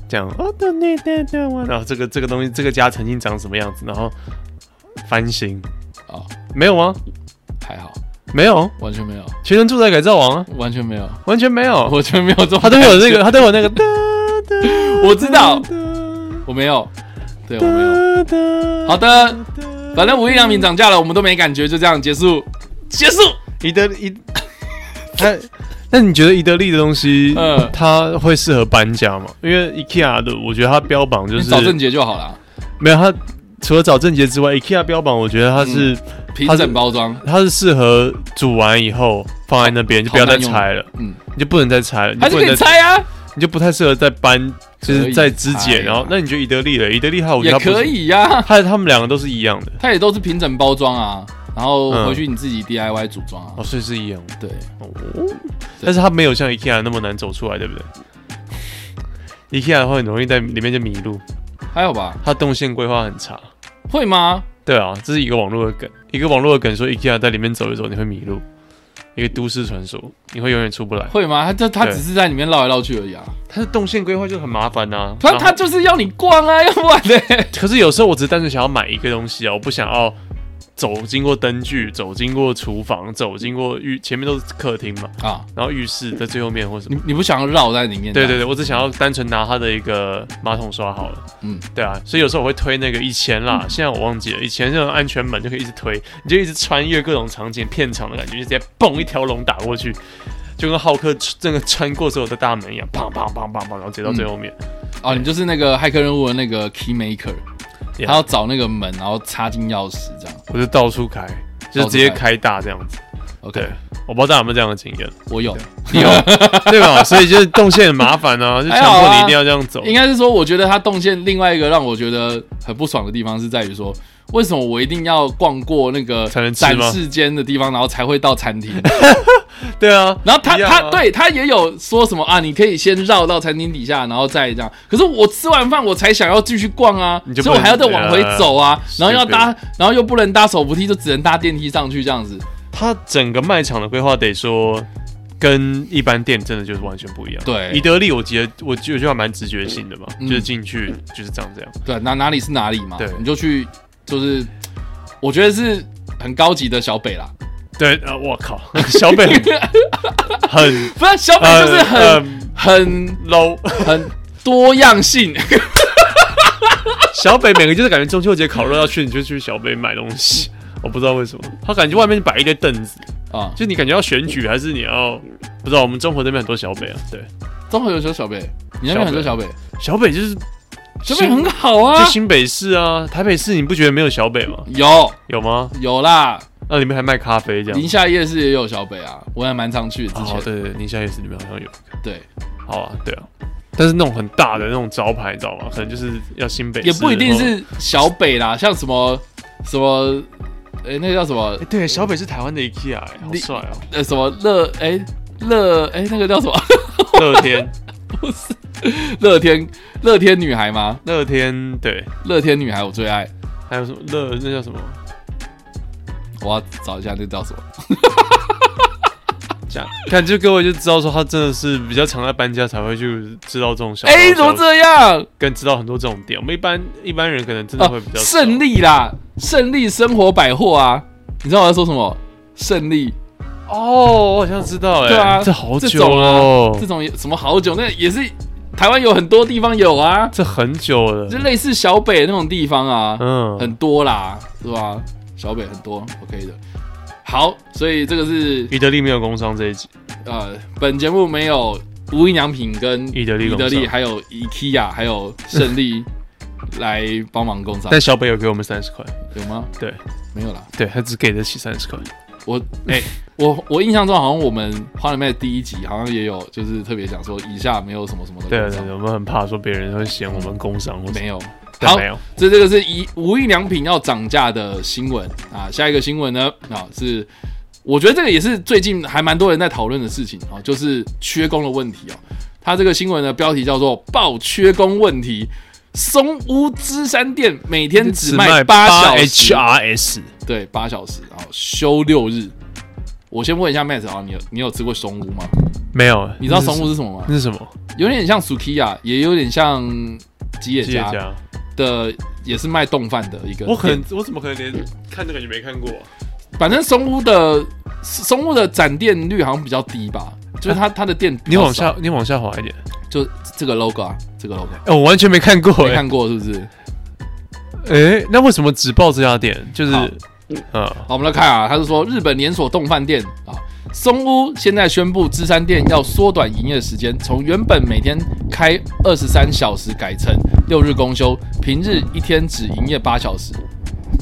S3: 讲哦的那那那，然后这个这个东西，这个家曾经长什么样子，然后翻新，
S2: 哦，
S3: 没有吗？
S2: 还好，
S3: 没有，
S2: 完全没有，
S3: 全能住宅改造王啊，
S2: 完全没有，
S3: 完全没有，
S2: 我全没有做。
S3: 他都有
S2: [LAUGHS]
S3: 那个，，他都有那个哒哒，
S2: 我知道，我没有，对我没有。
S3: 有
S2: 好，的，反正无印良品涨价了，我们都没感觉，就这样结束，结束。
S3: 伊德 [LAUGHS] 伊，那那你觉得伊德利的东西，
S2: 嗯
S3: 它会适合搬家吗？因为 IKEA 的，我觉得它标榜就
S2: 你
S3: 是
S2: 找正杰就好了，
S3: 没有它，除了找正杰之外，IKEA 标榜我觉得它是、
S2: 嗯平整包装，
S3: 它是适合煮完以后放在那边就不要再拆了，
S2: 嗯，
S3: 你就不能再拆了，你
S2: 还
S3: 就是不
S2: 可
S3: 能
S2: 以
S3: 再，
S2: 拆啊，
S3: 你就不太适合再搬，就是在肢解。
S2: 可以拆啊
S3: 然后那你觉得伊德利的伊德利它我觉
S2: 也
S3: 得它哦不
S2: 可，
S3: 是
S2: 以呀，
S3: 它它们两个都是一样的，
S2: 它也都是平整包装啊，然后
S3: 嗯
S2: 回去你自己 DIY 组装啊
S3: 哦，。所以是一样的。
S2: 对，
S3: 哦，但是它没有像 IKEA 那么难走出来，对不对？IKEA 的话很容易在里面就迷路，
S2: 还好吧？
S3: 它动线规划很差。
S2: 会吗？
S3: 对啊，这是一个网络的梗，一个网络的梗说 IKEA 在里面走一走你会迷路，一个都市传说，你会永远出不来。
S2: 会吗？他就他
S3: 对
S2: 只是在里面绕来绕去而已啊，
S3: 它的动线规划就很麻烦呐、
S2: 他
S3: 然后
S2: 他就是要你逛啊，要不然呢？ [LAUGHS]
S3: 可是有时候我只是单纯想要买一个东西啊，我不想要走经过灯具，走经过厨房，走经过浴，前面都是客厅嘛，
S2: 啊，
S3: 然后浴室在最后面或什么。
S2: 你你不想要绕在里面？
S3: 对对对，我只想要单纯拿它的一个马桶刷好了。
S2: 嗯
S3: 嗯，对啊，所以有时候我会推那个以前啦，现在我忘记了，以前那种安全门就可以一直推，你就一直穿越各种场景片场的感觉，就直接蹦一条龙打过去，就跟浩克这个穿过所有的大门一样，砰砰砰砰砰，然后直接到最后面。
S2: 哦，你就是那个骇客任务的那个 key maker，
S3: Yeah
S2: 他要找那个门，然后插进钥匙这样。
S3: 我就到处开，就是直接开大这样子。
S2: OK，
S3: 对，我不知道大家有没有这样的经验，
S2: 我有， [LAUGHS]
S3: 对吧？所以就是动线很麻烦啊，就强迫你一定要这样走。
S2: 应该是说，我觉得他动线另外一个让我觉得很不爽的地方是在于说，为什么我一定要逛过那个
S3: 才能吃
S2: 展
S3: 吗
S2: 示间的地方，然后才会到餐厅？
S3: 对啊，
S2: 然后他
S3: 一样啊
S2: 他对他也有说什么啊？你可以先绕到餐厅底下，然后再这样。可是我吃完饭我才想要继续逛啊
S3: 你，就不
S2: 所以
S3: 能
S2: 我还要再往回走啊，
S3: 对
S2: 然后
S3: 啊
S2: 要搭，然后又不能搭手扶梯，就只能搭电梯上去这样子。
S3: 它整个卖场的规划得说跟一般店真的就是完全不一样。
S2: 对
S3: 以德利，我觉得我觉得就还蛮直觉性的嘛，
S2: 嗯
S3: 就是进去就是这样这样。
S2: 对，啊哪哪里是哪里嘛，
S3: 对
S2: 你就去，就是我觉得是很高级的小北
S3: [LAUGHS]
S2: 啦，
S3: 对，啊、我靠， [LAUGHS] 小
S2: [LAUGHS]
S3: 北很很
S2: 不是小北
S3: 呃
S2: 哦就是很、
S3: 呃
S2: 很
S3: [LAUGHS] low，
S2: 很多样
S3: [LAUGHS]
S2: 性，
S3: 小北每个就是感觉中秋节烤肉要去，你就去小北买东
S2: [LAUGHS]
S3: 西。我不知道为什么，他感觉外面摆一堆凳子，
S2: 啊。
S3: 就你感觉要选举还是你要不知道？我们中国那边很多小北啊，对，
S2: 综合有时候小北，你那边很多小北，
S3: 小北就是
S2: 小北很好啊
S3: 就，新北市啊，台北市你不觉得没有小北吗？
S2: 有
S3: 有吗？
S2: 有啦，
S3: 那里面还卖咖啡这样
S2: 宁。夏夜市也有小北啊，我还蛮常去的。之前、
S3: 哦，对对，宁夏夜市里面好像有。
S2: 对，
S3: 好啊，对啊。但是那种很大的那种招牌，你知道吗？可能就是要新北市，哦
S2: 也不一定
S3: 然后。
S2: 是小北啦，像什么什么，哎、那个叫什么
S3: 哎，对，小北是台湾的 IKEA，哎好
S2: 你
S3: 帅
S2: [LAUGHS]
S3: 哦，
S2: 呃什么乐哎乐哎那个叫什么 [LAUGHS]
S3: 乐天，
S2: 乐天乐天女孩吗？
S3: 乐天，对，
S2: 乐天女孩我最爱，
S3: 还有什么乐那叫什么？
S2: 我要找一下那叫什么。
S3: 这样看，就各位就知道说他真的是比较常在搬家才会去知道这种小，
S2: 哎、怎么这样？
S3: 跟知道很多这种店。我们一般一般人可能真的
S2: 啊
S3: 会比，较少
S2: 胜利啦，胜利生活百货啊，你知道我在说什么？胜利，
S3: 哦，我好像知道哎、
S2: 对啊
S3: 这好
S2: 这
S3: 久
S2: 种
S3: 哦，
S2: 这种也什么好久，那也是台湾有很多地方有啊，
S3: 这很久了
S2: 就，类似小北那种地方啊，
S3: 嗯，
S2: 很多啦，是吧？小北很多，OK 的。好，所以这个是
S3: 伊德利没有工商这一集，
S2: 呃，本节目没有无印良品跟
S3: 伊德利
S2: 伊
S3: 工商
S2: 德利，还有 IKEA，还有胜
S3: [LAUGHS]
S2: 利来帮忙工商
S3: 但，小北有给我们三十块，
S2: 有吗？
S3: 对
S2: 没有啦。
S3: 对，他只给得起三十块，
S2: 我
S3: 哎
S2: 我我印象中好像我们花了妹第一集好像也有，就是特别讲说以下没有什么什么的
S3: 对啊
S2: 工
S3: 对啊
S2: 商，
S3: 对啊，我们很怕说别人会嫌我们工商或者
S2: 没有。
S3: 但
S2: 好，
S3: 没有，
S2: 这这个是以无印良品要涨价的新闻啊。下一个新闻呢啊是，我觉得这个也是最近还蛮多人在讨论的事情啊，就是缺工的问题啊。它这个新闻的标题叫做“爆缺工问题”，松屋芝山店每天只卖八
S3: 八
S2: 小时，
S3: HRS，
S2: 对，八小时，然后休六日。我先问一下 Matt 啊，你有你有吃过松屋吗？
S3: 没有，
S2: 你知道松
S3: 屋
S2: 屋是什么吗？
S3: 那是什么？
S2: 有点像 Sukiya，也有点像吉野
S3: 谢谢
S2: 家
S3: 家，
S2: 的，也是卖冻饭的一个店。
S3: 我可能我怎么可能连看这个也没看过啊？
S2: 反正松屋的松屋的展店率好像比较低吧，就是它它的店比
S3: 哎你
S2: 较
S3: 往
S2: 少
S3: 下，你往下滑一点。
S2: 就这个 logo 啊，这个 logo
S3: 哎、我完全没看过
S2: 没
S3: 哎、
S2: 看过是不是？
S3: 哎、那为什么只报这家店？就是
S2: 好，
S3: 嗯，
S2: 好，我们来看啊，他是说日本连锁冻饭店啊，松屋现在宣布芝山店要缩短营业时间，从原本每天开二十三小时改成六日公休，平日一天只营业八小时。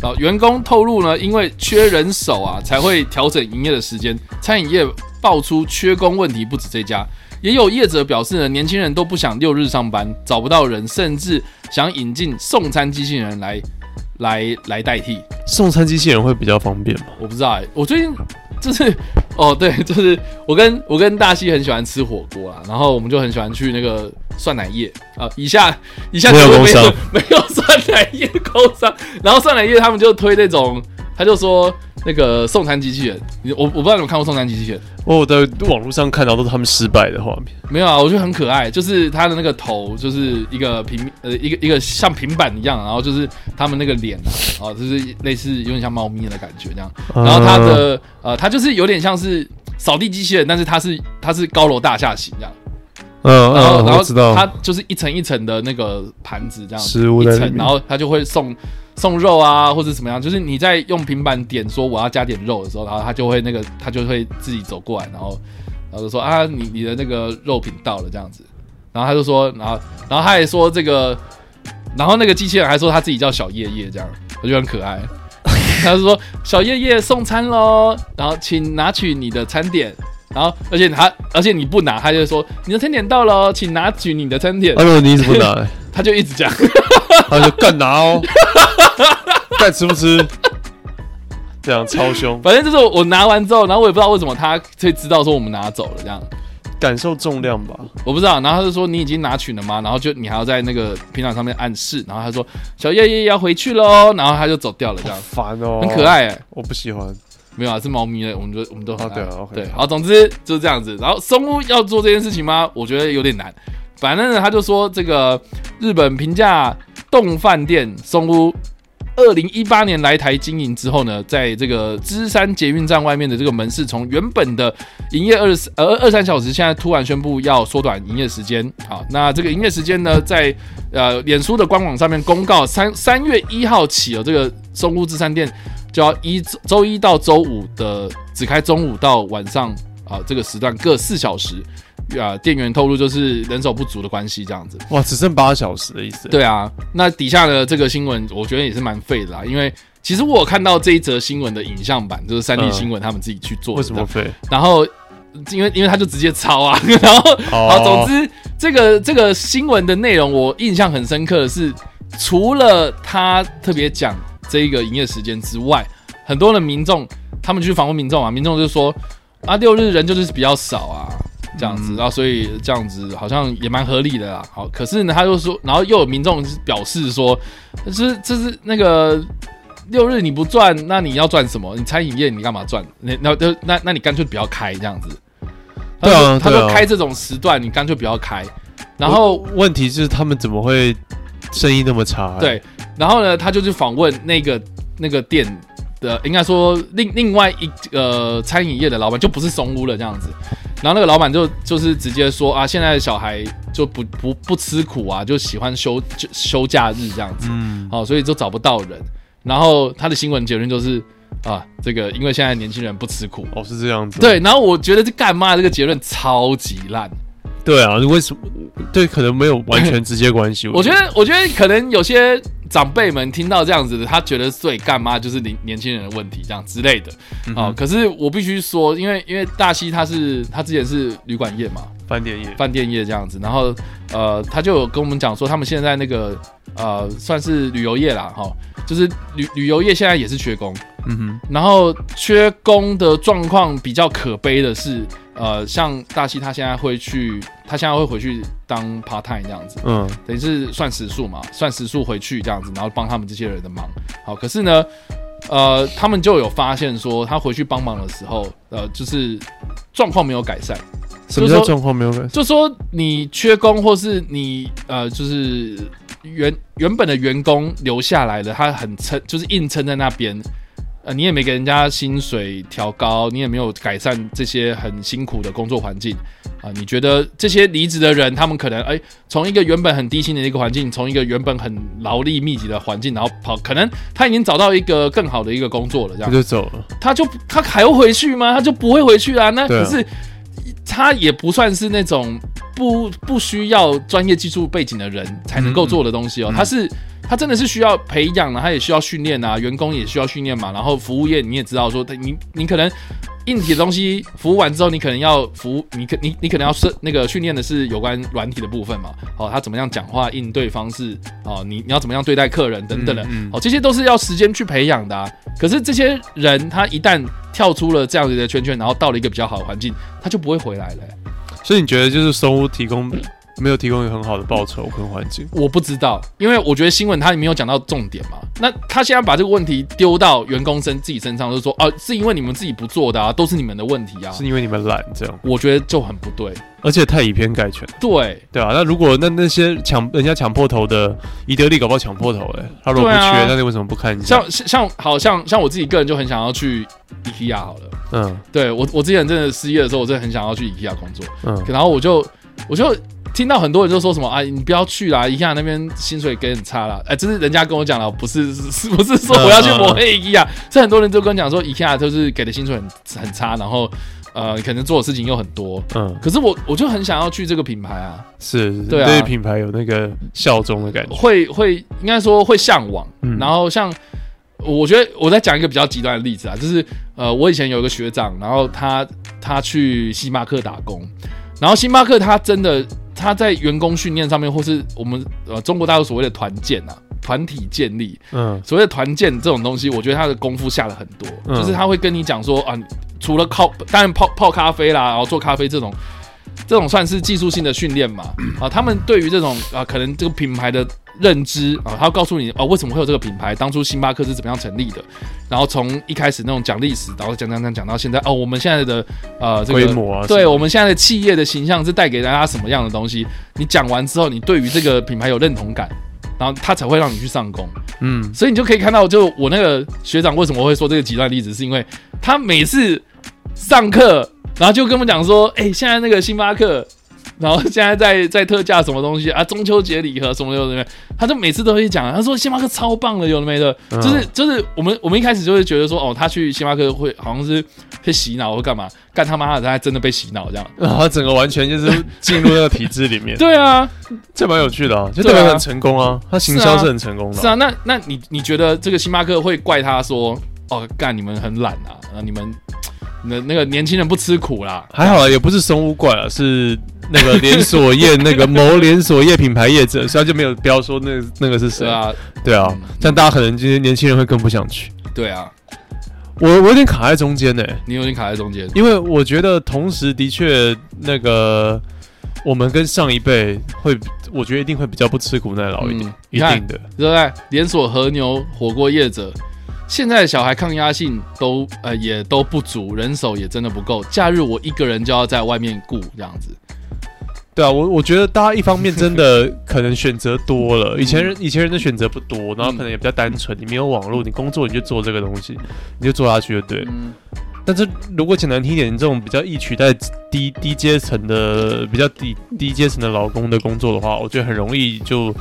S2: 啊，员工透露呢，因为缺人手啊，才会调整营业的时间。餐饮业爆出缺工问题，不止这家，也有业者表示呢，年轻人都不想六日上班，找不到人，甚至想引进送餐机器人来来来代替。
S3: 送餐机器人会比较方便吗？
S2: 我不知道、欸，我最近就是 [LAUGHS] 哦，对，就是我跟我跟大西很喜欢吃火锅啊，然后我们就很喜欢去那个蒜奶叶啊、呃以下以下
S3: 没有
S2: 就
S3: 工
S2: 没
S3: 商
S2: 有 [LAUGHS] 没有蒜奶叶工商，然后蒜奶叶他们就推那种，他就说那个送餐机器人，你我我不知道你们看过送餐机器人
S3: 哦我在网络上看到都是他们失败的画面。
S2: 没有啊？我觉得很可爱，就是它的那个头就是一个平呃一个一个像平板一样，然后就是他们那个脸啊，哦，就是类似有点像猫咪的感觉这样。然后它的呃，它就是有点像是扫地机器人，但是它是它是高楼大厦型这样。
S3: 嗯，嗯
S2: 然后、
S3: 嗯，
S2: 然
S3: 我知道
S2: 后它就是一层一层的那个盘子这样，
S3: 食物
S2: 一
S3: 在里
S2: 层，
S3: 面
S2: 然后它就会送送肉啊或者怎么样，就是你在用平板点说我要加点肉的时候，然后它就会那个它就会自己走过来，然后然后就说啊你你的那个肉品到了这样子，然后他就说，然后然后他还说这个，然后那个机器人还说他自己叫小叶叶这样，我觉得很可爱。他就说小叶叶送餐喽，然后请拿取你的餐点，然后而且他而且你不拿，他就说你的餐点到了哦，请拿取你的餐点
S3: 哎，呦，你怎么拿？
S2: 他就一直讲，
S3: 他就干拿哦， [LAUGHS] 干吃不吃？这样超凶，
S2: 反正就是我拿完之后，然后我也不知道为什么他会知道说我们拿走了这样，
S3: 感受重量吧。
S2: 我不知道，然后他就说你已经拿取了吗？然后就你还要在那个平板上面暗示，然后他说小叶叶要回去喽，然后他就走掉了这样，
S3: 烦哦，
S2: 很可。爱、欸。
S3: 我不喜欢，
S2: 没有啊，是猫咪类，我们就我们都很
S3: 哦对啊
S2: 爱
S3: ，OK
S2: 对，好，总之就是这样子。然后松屋要做这件事情吗？我觉得有点难。反正呢，他就说这个日本平价动饭店松屋，二零一八年来台经营之后呢，在这个芝山捷运站外面的这个门市，从原本的营业二十呃二三小时，现在突然宣布要缩短营业时间。好，那这个营业时间呢，在呃脸书的官网上面公告，三三月一号起哦，这个松屋芝山店就要一周周一到周五的只开中午到晚上啊、这个时段各四小时。啊，店员透露就是人手不足的关系，这样子。
S3: 哇，只剩八小时的意思。，
S2: 对啊，那底下的这个新闻，我觉得也是蛮废的啦，因为其实我有看到这一则新闻的影像版，就是三 D
S3: 嗯
S2: 新闻他们自己去做的。
S3: 为什么废？
S2: 然后因为因为他就直接抄啊， [LAUGHS] 然后好，
S3: 哦
S2: 总之这个这个新闻的内容，我印象很深刻的是，除了他特别讲这个营业时间之外，很多的民众他们去访问民众啊，民众就说啊，六日人就是比较少啊。这样子，
S3: 嗯
S2: 然后所以这样子好像也蛮合理的啦。好，可是呢，他又说，然后又有民众表示说，就是就是那个六日你不赚，那你要赚什么？你餐饮业你干嘛赚？那那那那那你干脆不要开这样子。他
S3: 对啊
S2: 说他
S3: 对
S2: 说
S3: 啊
S2: 开这种时段，你干脆不要开。然后
S3: 我问题是他们怎么会生意那么差？欸
S2: 对，然后呢，他就去访问那个那个店的，呃应该说另另外一呃餐饮业的老板，就不是松屋了这样子。然后那个老板就就是直接说啊，现在的小孩就不不不吃苦啊，就喜欢休就休假日这样子，
S3: 嗯，
S2: 好、所以就找不到人。然后他的新闻结论就是啊，这个因为现在年轻人不吃苦，
S3: 哦，是这样子。
S2: 对。然后我觉得这干妈这个结论超级烂，
S3: 对啊，为什么？对，可能没有完全直接关系。
S2: 我觉得，我觉得可能有些长辈们听到这样子的，他觉得最干妈就是年年轻人的问题，这样之类的。哦，可是我必须说，因为因为大西他是他之前是旅馆业嘛，
S3: 饭店业
S2: 饭店业这样子，然后呃，他就有跟我们讲说，他们现在那个呃，算是旅游业啦，哈、就是旅旅游业现在也是缺工，
S3: 嗯哼，
S2: 然后缺工的状况比较可悲的是，呃，像大西他现在会去，他现在会回去当 part time 这样子。
S3: 嗯，
S2: 等于是算时数嘛，算时数回去这样子，然后帮他们这些人的忙。好，可是呢，呃，他们就有发现说，他回去帮忙的时候，呃，就是状况没有改善，
S3: 什么
S2: 就是说
S3: 叫
S2: 啊
S3: 状况没有改善？
S2: 就说你缺工，或是你呃，就是原原本的员工留下来了，他很撑，就是硬撑在那边。呃，你也没给人家薪水调高，你也没有改善这些很辛苦的工作环境啊、你觉得这些离职的人，他们可能哎，从一个原本很低薪的一个环境，从一个原本很劳力密集的环境，然后跑，可能他已经找到一个更好的一个工作了，这样
S3: 他就走了。
S2: 他就他还要回去吗？他就不会回去啦。那
S3: 对啊
S2: 可是他也不算是那种不不需要专业技术背景的人才能
S3: 嗯
S2: 够做的东西哦。他是他真的是需要培养啊，他也需要训练啊，员工也需要训练嘛。然后服务业你也知道说，你你可能硬体的东西服务完之后，你可能要服务，你可你你可能要是那个训练的是有关软体的部分嘛，哦，他怎么样讲话应对方式，哦，你你要怎么样对待客人等等的，
S3: 嗯嗯
S2: 哦，这些都是要时间去培养的、啊。可是这些人他一旦跳出了这样子的圈圈，然后到了一个比较好的环境，他就不会回来了欸、
S3: 所以你觉得就是松屋提供没有提供一个很好的报酬跟环境？
S2: 我不知道，因为我觉得新闻他没有讲到重点嘛。那他现在把这个问题丢到员工身自己身上，就是说，哦、是因为你们自己不做的啊，都是你们的问题啊。
S3: 是因为你们懒这样，
S2: 我觉得就很不对，
S3: 而且太以偏概全。
S2: 对。
S3: 对啊，那如果那那些抢人家抢破头的伊德利搞不好抢破头哎、他如果不缺，
S2: 对啊
S3: 那你为什么不看一下？
S2: 像像像好像像我自己个人就很想要去 IKEA 好了。
S3: 嗯
S2: 对我我之前真的失业的时候，我真的很想要去 IKEA 工作，
S3: 嗯，
S2: 然后我就我就听到很多人就说什么啊，你不要去啦，IKEA 那边薪水给很差啦。哎、这是人家跟我讲了，不是 [LAUGHS] 是是不是说我要去抹黑 IKEA，是很多人就跟我讲说 IKEA 就是给的薪水很很差，然后呃可能做的事情又很多。
S3: 嗯，
S2: 可是我我就很想要去这个品牌啊，
S3: 是，是
S2: 对啊啊
S3: 对品牌有那个效忠的感觉。
S2: 会会应该说会向往。
S3: 嗯
S2: 然后像呃我觉得我再讲一个比较极端的例子啊，就是呃，我以前有一个学长，然后他他去星巴克打工，然后星巴克他真的他在员工训练上面，或是我们呃中国大陆所谓的团建啊。团体建立，
S3: 嗯
S2: 所谓的团建这种东西，我觉得他的功夫下了很多，
S3: 嗯
S2: 就是他会跟你讲说啊，除了靠，当然泡泡咖啡啦，然后做咖啡这种，
S3: [CLEARS THROAT]
S2: 这种算是技术性的训练嘛，啊，他们对于这种啊，可能这个品牌的认知啊，他要告诉你哦，为什么会有这个品牌，当初星巴克是怎么样成立的，然后从一开始那种讲历史，然后讲讲讲讲到现在哦，我们现在的呃这个
S3: 规模啊
S2: 对
S3: 什么
S2: 我们现在的企业的形象是带给大家什么样的东西？你讲完之后，你对于这个品牌有认同感，然后他才会让你去上工。
S3: 嗯，
S2: 所以你就可以看到，就我那个学长为什么会说这个极端例子，是因为他每次上课，然后就跟我们讲说，哎、现在那个星巴克，然后现在在在特价什么东西啊，中秋节礼盒什么有的没的，他就每次都会讲，啊他说星巴克超棒的，有的没的，
S3: 嗯
S2: 就是就是我们我们一开始就会觉得说，哦，他去星巴克会好像是被洗脑或干嘛，干他妈的，他还真的被洗脑这样。
S3: 然啊后整个完全就是进入那个体制里面，
S2: 对啊，
S3: 这蛮有趣的啊，就
S2: 对
S3: 代
S2: 啊
S3: 表很成功啊，他行销
S2: 是啊
S3: 是很成功的
S2: 是
S3: 啊，
S2: 啊，那那你你觉得这个星巴克会怪他说哦，干你们很懒啊，呃你们那那个年轻人不吃苦啦，
S3: 还好啦，啊也不是松屋怪了，是那个连锁业那个某连锁业品牌业者，所以他就没有标说那个那个是
S2: 是
S3: 谁，
S2: 啊，
S3: 对啊
S2: 嗯，
S3: 但大家可能今天年轻人会更不想去，
S2: 对啊，
S3: 我我有点卡在中间呢、
S2: 你有点卡在中间，
S3: 因为我觉得同时的确那个。我们跟上一辈会，我觉得一定会比较不吃苦耐劳一点，
S2: 嗯
S3: 一
S2: 你看
S3: 定的。
S2: 对不对？连锁和牛火锅业者，现在的小孩抗压性都呃也都不足，人手也真的不够，假日我一个人就要在外面顾这样子，
S3: 对啊，我我觉得大家一方面真的可能选择多了，以前人以前人的选择不多，然后可能也比较单纯，你没有网络，你工作你就做这个东西，你就做下去就对了。
S2: 嗯，
S3: 但是如果讲难听一点，这种比较易取代低低阶层的、比较低低阶层的劳工的工作的话，我觉得很容易就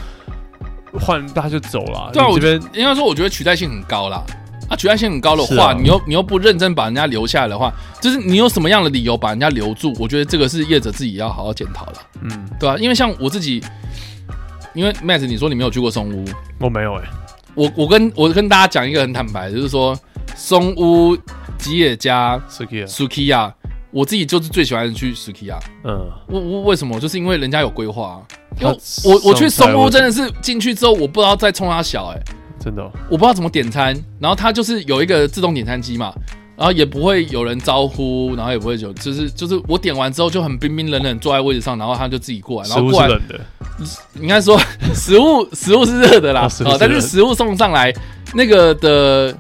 S3: 换大家就走了。
S2: 对啊
S3: 你
S2: 我
S3: 这边
S2: 应该说我觉得取代性很高啦。啊，取代性很高的
S3: 是
S2: 话，
S3: 啊
S2: 你又你又不认真把人家留下来的话，就是你有什么样的理由把人家留住？我觉得这个是业者自己要好好检讨了。
S3: 嗯，
S2: 对啊，因为像我自己，因为 Matt，你说你没有去过松屋，
S3: 我没有哎、
S2: 我我跟我跟大家讲一个很坦白，就是说松屋、吉野家、
S3: 是 k i
S2: Sukiya，我自己就是最喜欢去 Sukiya。
S3: 嗯，
S2: 我我为什么？就是因为人家有规划、啊。因
S3: 他
S2: 为我我去
S3: 上菜
S2: 松屋
S3: 我
S2: 真的是进去之后，我不知道在冲他小哎、
S3: 真的哦、
S2: 我不知道怎么点餐，然后它就是有一个自动点餐机嘛，然后也不会有人招呼，然后也不会有，就是就是我点完之后就很冰冰冷冷坐在位置上，然后他就自己过来，然
S3: 食
S2: 后
S3: 物
S2: 过来
S3: 是冷的，
S2: 应该说 [LAUGHS] 食物食物是热的啦，
S3: 哦食物
S2: 哦
S3: 是
S2: 但是
S3: 热的
S2: 食物送上来那个的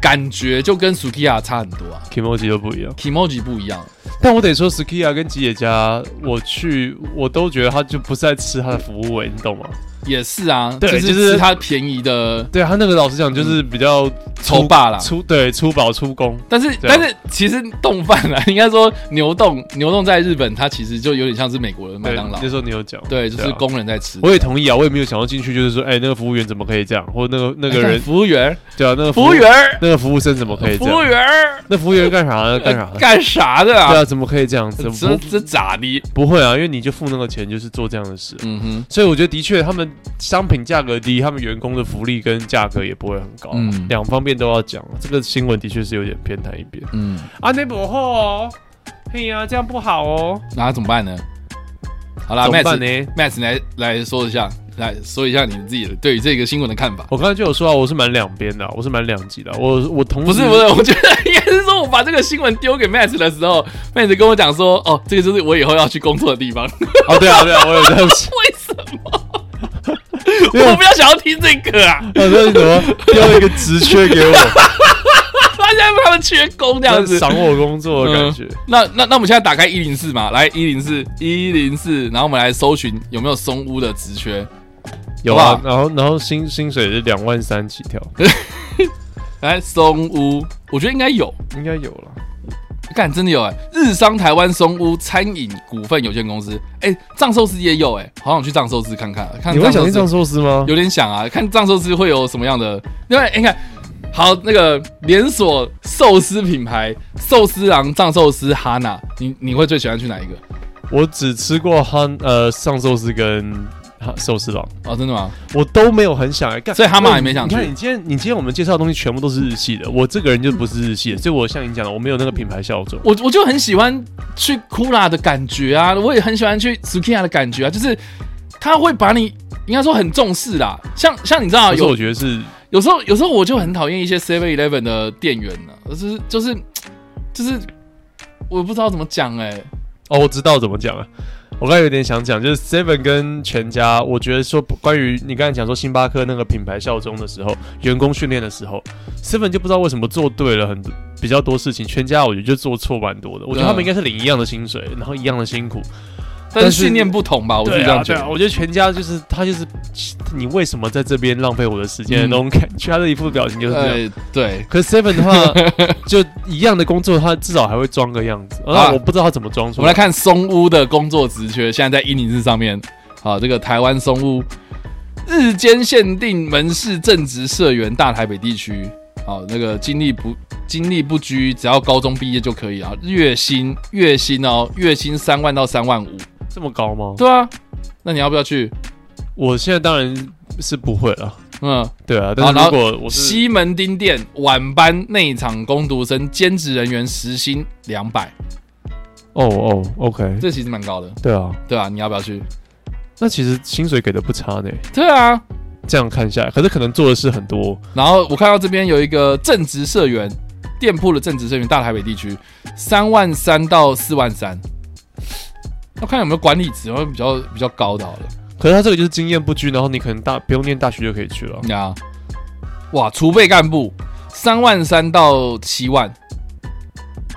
S2: 感觉就跟 Sukiya 差很多啊
S3: k i m o j i 都不一样。
S2: ，Kimoji 不一样，
S3: 但我得说，Skia 跟吉野家，我去我都觉得他就不是在吃他的服务、欸，你懂吗？
S2: 也是啊，
S3: 对
S2: 就
S3: 就是是
S2: 吃它便宜的，
S3: 对啊他那个老实讲，就是比较粗
S2: 丑霸啦
S3: 粗对粗饱粗工，
S2: 但是
S3: 对啊
S2: 但是其实冻饭啦，应该说牛冻牛冻在日本它其实就有点像是美国的麦
S3: 对
S2: 当劳
S3: 那，时候你有讲，
S2: 对，就是
S3: 对啊
S2: 工人在吃。
S3: 我也同意啊，我也没有想要进去，就是说，哎、那个服务员怎么可以这样，或那个那个 [LAUGHS] 人，
S2: 服务员，
S3: 对啊，那个
S2: 服务员儿，
S3: 那个服务生怎么可以
S2: 服
S3: 这
S2: 务
S3: 样？
S2: 员儿，
S3: [LAUGHS] 那服务员干啥呢？ [LAUGHS] 干啥
S2: 呃
S3: 呢？
S2: 干啥的
S3: 对
S2: 啊？
S3: 啊，怎么可以这样子？
S2: 这
S3: 不
S2: 这咋的？
S3: 不会啊，因为你就付那个钱，就是做这样的事。啊
S2: 嗯哼，
S3: 所以我觉得的确，他们商品价格低，他们员工的福利跟价格也不会很高，啊
S2: 嗯
S3: 两、方面都要讲。啊这个新闻的确是有点偏袒一边
S2: 嗯，
S3: 啊，那不好哦，嘿呀、这样不好哦，
S2: 那怎么办呢？好啦
S3: 怎么办
S2: ，Max，Max
S3: 呢？
S2: 来来说一下，来说一下你自己的对于这个新闻的看法。
S3: 我刚才就有说啊，我是蛮两边的啊、我是蛮两极的啊、我我同
S2: 不是
S3: 时
S2: 不是，我觉得应该是说，我把这个新闻丢给 Max 的时候，Max 跟我讲说，哦，这个就是我以后要去工作的地方。 [LAUGHS] 为
S3: 哦，对啊 [LAUGHS] 对啊，我有这样想，
S2: 什么？
S3: 因为
S2: 我比较想要听这个啊！
S3: 我说你怎么丢一个职缺给我，
S2: 发现他们缺工这
S3: [LAUGHS] 这
S2: 样子，
S3: 赏我工作的感觉。
S2: 那那那我们现在打开一零四嘛，来一零四一零四，然后我们来搜寻有没有松屋的职缺。
S3: 有
S2: 好
S3: 啊，
S2: 不
S3: 然后然后薪薪水是两万三起跳，
S2: 来松屋，我觉得应该有，
S3: 应该有了。
S2: 干真的有哎、日商台湾松屋餐饮股份有限公司，哎、藏寿司也有哎、好想去藏寿司看看，看
S3: 你会想
S2: 藏
S3: 去
S2: 寿
S3: 藏
S2: 司
S3: 寿司吗？
S2: 有点想啊，看藏寿司会有什么样的？因为哎你看，好那个连锁寿司品牌寿司郎藏寿司哈娜，你你会最喜欢去哪一个？
S3: 我只吃过哈呃上寿司跟哈寿司郎，
S2: 哦，真的吗？
S3: 我都没有很想来干，
S2: 所以哈马也
S3: 你
S2: 没想去
S3: 你看你今天你今天我们介绍的东西全部都是日系的，我这个人就不是日系的，所以我像你讲的，我没有那个品牌效忠。
S2: 我我就很喜欢去库拉的感觉啊，我也很喜欢去 Sukiya 的感觉啊，就是他会把你应该说很重视啦。像像你知道啊
S3: 可是我
S2: 有
S3: 觉得是
S2: 有时候有时候我就很讨厌一些 Seven Eleven 的店员呢、就是就是就是我不知道怎么讲哎、
S3: 哦，我知道怎么讲了、我刚才有点想讲，就是 Seven 跟全家，我觉得说关于你刚才讲说星巴克那个品牌效忠的时候，员工训练的时候，Seven 就不知道为什么做对了很比较多事情，全家我觉得就做错蛮多的。我觉得他
S2: 啊
S3: 们应该是领一样的薪水，然后一样的辛苦，
S2: 但是训练不同吧，我是
S3: 对
S2: 这
S3: 啊，
S2: 样觉
S3: 对
S2: 得。
S3: 啊，我觉得全家就是他就是你为什么在这边浪费我的时间的那种感觉，他的一副表情就是这样。
S2: 呃，对，
S3: 可是 Seven 的话， [LAUGHS] 就一样的工作，他至少还会装个样子。
S2: 啊
S3: 啊，我不知道他怎么装出
S2: 我们来
S3: 来。
S2: 看松屋的工作职缺，现在在伊尼斯上面。好，这个台湾松屋日间限定门市正职社员，大台北地区。好，那个经历不经历不拘，只要高中毕业就可以啊。月薪月薪哦，月薪三万到三万五。
S3: 这么高吗？
S2: 对啊，那你要不要去？
S3: 我现在当然是不会了。
S2: 嗯，
S3: 对啊，但是
S2: 然后
S3: 如果我是
S2: 西门町店晚班内场工读生兼职人员时薪两百，
S3: 哦哦，OK，
S2: 这其实蛮高的，
S3: 对啊，
S2: 对啊，你要不要去？
S3: 那其实薪水给的不差呢。
S2: 对啊，
S3: 这样看下来，可是可能做的事很多，
S2: 然后我看到这边有一个正职社员，店铺的正职社员，大台北地区三万三到四万三。要看有没有管理职，会比较比较高的好了。
S3: 可是他这个就是经验不拘，然后你可能大不用念大学就可以去了。
S2: 呀，哇，储备干部三万三到七万，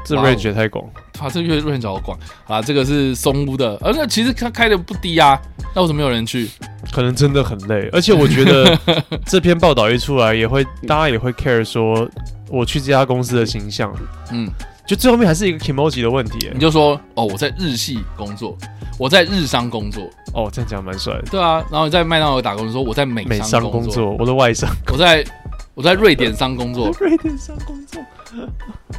S3: 这
S2: 哇哦
S3: range 也太广，
S2: 哇，这个月润角好广啊！这个是松屋的，而、且其实它开的不低啊，那为什么没有人去？
S3: 可能真的很累。
S2: [LAUGHS]
S3: 而且我觉得这篇报道一出来，也会
S2: 嗯
S3: 大家也会 care 说我去这家公司的形象，
S2: 嗯，
S3: 就最后面还是一个 emoji 的问题耶
S2: 你。就说哦，我在日系工作，我在日商工作，
S3: 哦，这样讲蛮帅的。
S2: 对啊，然后你在麦当劳打工，你说我在美
S3: 美
S2: 商
S3: 商
S2: 工
S3: 工作，我的外商，
S2: 我在我在瑞典商工作，
S3: [LAUGHS] 瑞典商工作，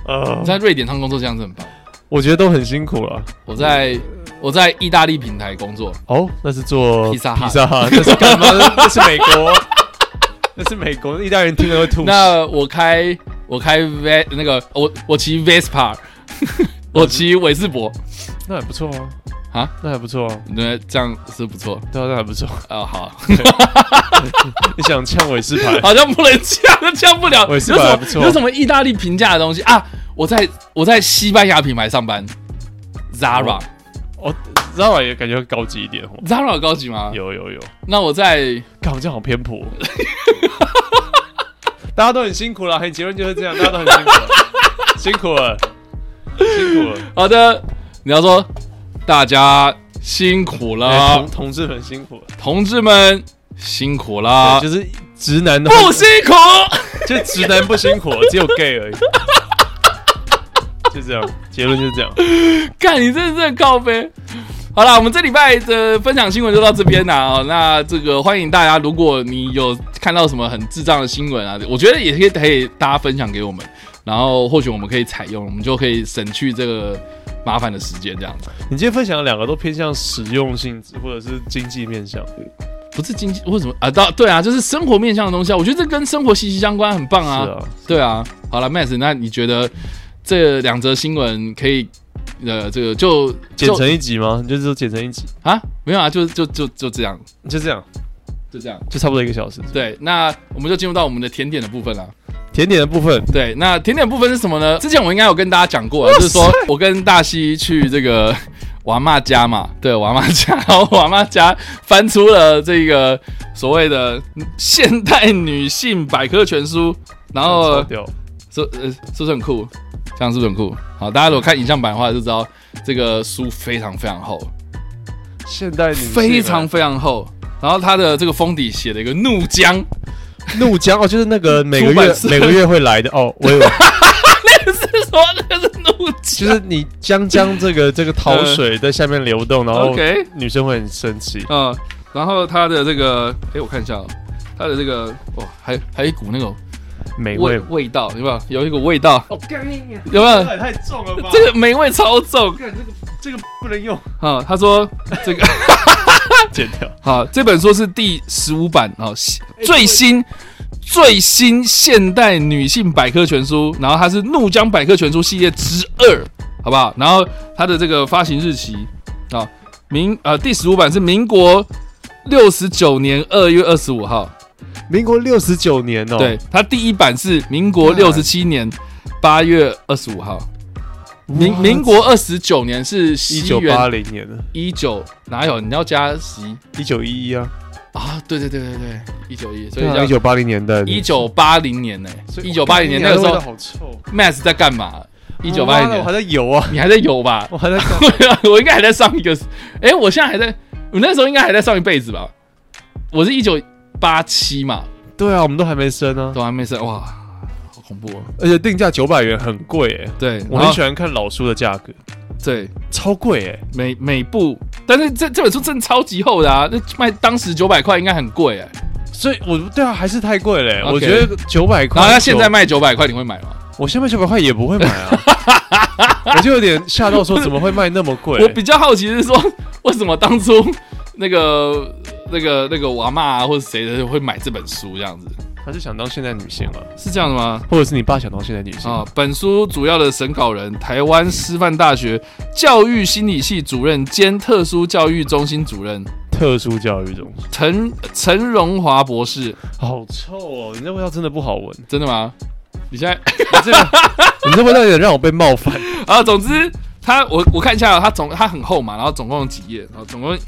S3: 呃
S2: 我，在瑞典商工作这样子很棒。
S3: 我觉得都很辛苦了。
S2: 我在我在意大利平台工作，
S3: 哦，那是做
S2: 披萨哈
S3: 披萨哈，那是干嘛？ [LAUGHS] 那是美国，那是美国，意大利人听了会吐。
S2: 那我开我开 V 那个我我骑 Vespa，我骑韦斯伯，
S3: 那还不错啊，
S2: 啊，
S3: 那还不错啊，
S2: 那这样是不错
S3: 对啊，那还
S2: [LAUGHS]
S3: 不错。
S2: 啊、好。
S3: 你想呛韦斯牌？
S2: 好像不能呛，呛不了。
S3: 我也
S2: 有
S3: 是
S2: 什
S3: 吧
S2: 么
S3: 不错
S2: 有什么意大利平价的东西啊？我在我在西班牙品牌上班，Zara
S3: 哦哦，Zara 也感觉高级一点哦。
S2: Zara 高级吗？
S3: 有有有，
S2: 那我在
S3: 看我这样好偏颇。 [LAUGHS] 大家都很辛苦了，很结论就是这样，大家都很辛苦了， [LAUGHS] 辛苦了，辛苦了。
S2: 好的，你要说大家辛苦
S3: 哎
S2: 了
S3: 同，同志们辛苦了，
S2: 同志们辛苦了
S3: 对，就是直男的
S2: 不辛苦。 [LAUGHS]
S3: 就直男啊不辛苦，只有 gay 而已。就这样，结论就是这样。
S2: 看你真的是很靠背。好啦，我们这礼拜的分享新闻就到这边啦、哦。那这个欢迎大家，如果你有看到什么很智障的新闻啊，我觉得也可以可以大家分享给我们，然后或许我们可以采用，我们就可以省去这个麻烦的时间。这样子
S3: 你今天分享的两个都偏向实用性质或者是经济面向，
S2: 不是经济为什么啊？到对啊，就是生活面向的东西啊，我觉得这跟生活息息相关，很棒啊。
S3: 是啊，
S2: 对啊，好了，Max，那你觉得这两则新闻可以呃，这个就
S3: 剪
S2: 就
S3: 成一集吗？你就是说剪成一集，
S2: 啊？没有啊，就就就就这样，
S3: 就这样，
S2: 就这样。
S3: 就差不多一个小时。
S2: 对，那我们就进入到我们的甜点的部分了。
S3: 甜点的部分，
S2: 对，那甜点部分是什么呢？之前我应该有跟大家讲过啊，就是说我跟大西去这个 [LAUGHS] 我阿妈家嘛，对，我阿妈家， [LAUGHS] 然后我阿妈家翻出了这个所谓的现代女性百科全书，然后
S3: 超屌，
S2: 是呃是不是很酷？这样是不是很酷？好，大家如果看影像版的话，就知道这个书非常非常厚，
S3: 现代女性啊
S2: 非常非常厚。然后它的这个封底写了一个怒江， [LAUGHS]
S3: 怒江哦，就是那个每个
S2: 出
S3: 月
S2: 版社
S3: 每个月会来的哦，
S2: [LAUGHS]
S3: 我有，
S2: 是说那个是怒江
S3: 就。是你江江这个这个淘水在下面流动，然后
S2: OK
S3: 女生会很生气，
S2: 嗯，然后它的这个，哎，我看一下、哦，它的这个，哦，还还有一股那种
S3: 美
S2: 味
S3: 味
S2: 味道，有没有？有一股味道，
S3: 哦，干你娘！
S2: 有没有？
S3: 太重了 [LAUGHS] 吧
S2: 这个霉味超重
S3: 干这个这个不能用，
S2: 啊、他说这个
S3: 剪掉。
S2: 好，这本书是第十五版
S3: 哎
S2: 啊、哦，西最新最新现代女性百科全书，然后它是怒江百科全书系列之二，好不好？然后它的这个发行日期啊、哦民呃第十五版是民国六十九年二月二十五号。
S3: 民国六十九年哦，
S2: 对，，它第一版是民国
S3: 对
S2: 六十七年八月二十五号，民民国二十九年是
S3: 一
S2: 西
S3: 九八
S2: 元
S3: 零年的，
S2: 一九哪有？你要加十一
S3: 一九一一啊，
S2: 啊？对对对对对，一九一，所
S3: 对啊，
S2: 以
S3: 一
S2: 叫
S3: 九八零年代的，
S2: 一九八零年呢、
S3: 所以
S2: 一九八零年那个时
S3: 味道
S2: 候
S3: 好臭，
S2: ，Max 在干嘛？一九八零
S3: 妈的我还
S2: 年，
S3: 在
S2: [LAUGHS]
S3: 游啊，
S2: 你还在游吧？啊
S3: 我还在
S2: 我应该还在上一个，哎、我现在还在，我那时候应该还在上一辈子吧？我是一九八七嘛，
S3: 对啊，我们都还没生啊，
S2: 都还没生，哇，好恐怖哦！
S3: 而且定价九百元很贵哎、
S2: 对，
S3: 我
S2: 然后
S3: 很喜欢看老书的价格，
S2: 对
S3: 超贵哎、
S2: 每每部，但是这这本书真的超级厚的啊，那卖当时九百块应该很贵哎、
S3: 哦所以我对啊还是太贵嘞、
S2: OK
S3: 我觉得九百块，
S2: 然后他现在卖九百块，你会买吗？
S3: 我现在卖九百块也不会买 [LAUGHS] 啊，我就有点吓到说怎么会卖那么贵、
S2: 我比较好奇是说，为什么当初那个那个那个我阿嬷啊，或者谁的会买这本书这样子？
S3: 他就想当现代女性了，
S2: 是这样的吗？
S3: 或者是你爸想当现代女性
S2: 啊，本书主要的审稿人，台湾师范大学教育心理系主任兼特殊教育中心主任
S3: 特殊教育中心，
S2: 陈陈荣华博士，
S3: 好臭哦！你这味道真的不好 [LAUGHS] 闻，
S2: 真的吗？你现在
S3: 你这个你这味道有点让我被冒犯。
S2: 啊，总之他我我看一下、哦，他总他很厚嘛，然后总共有几页，然后总共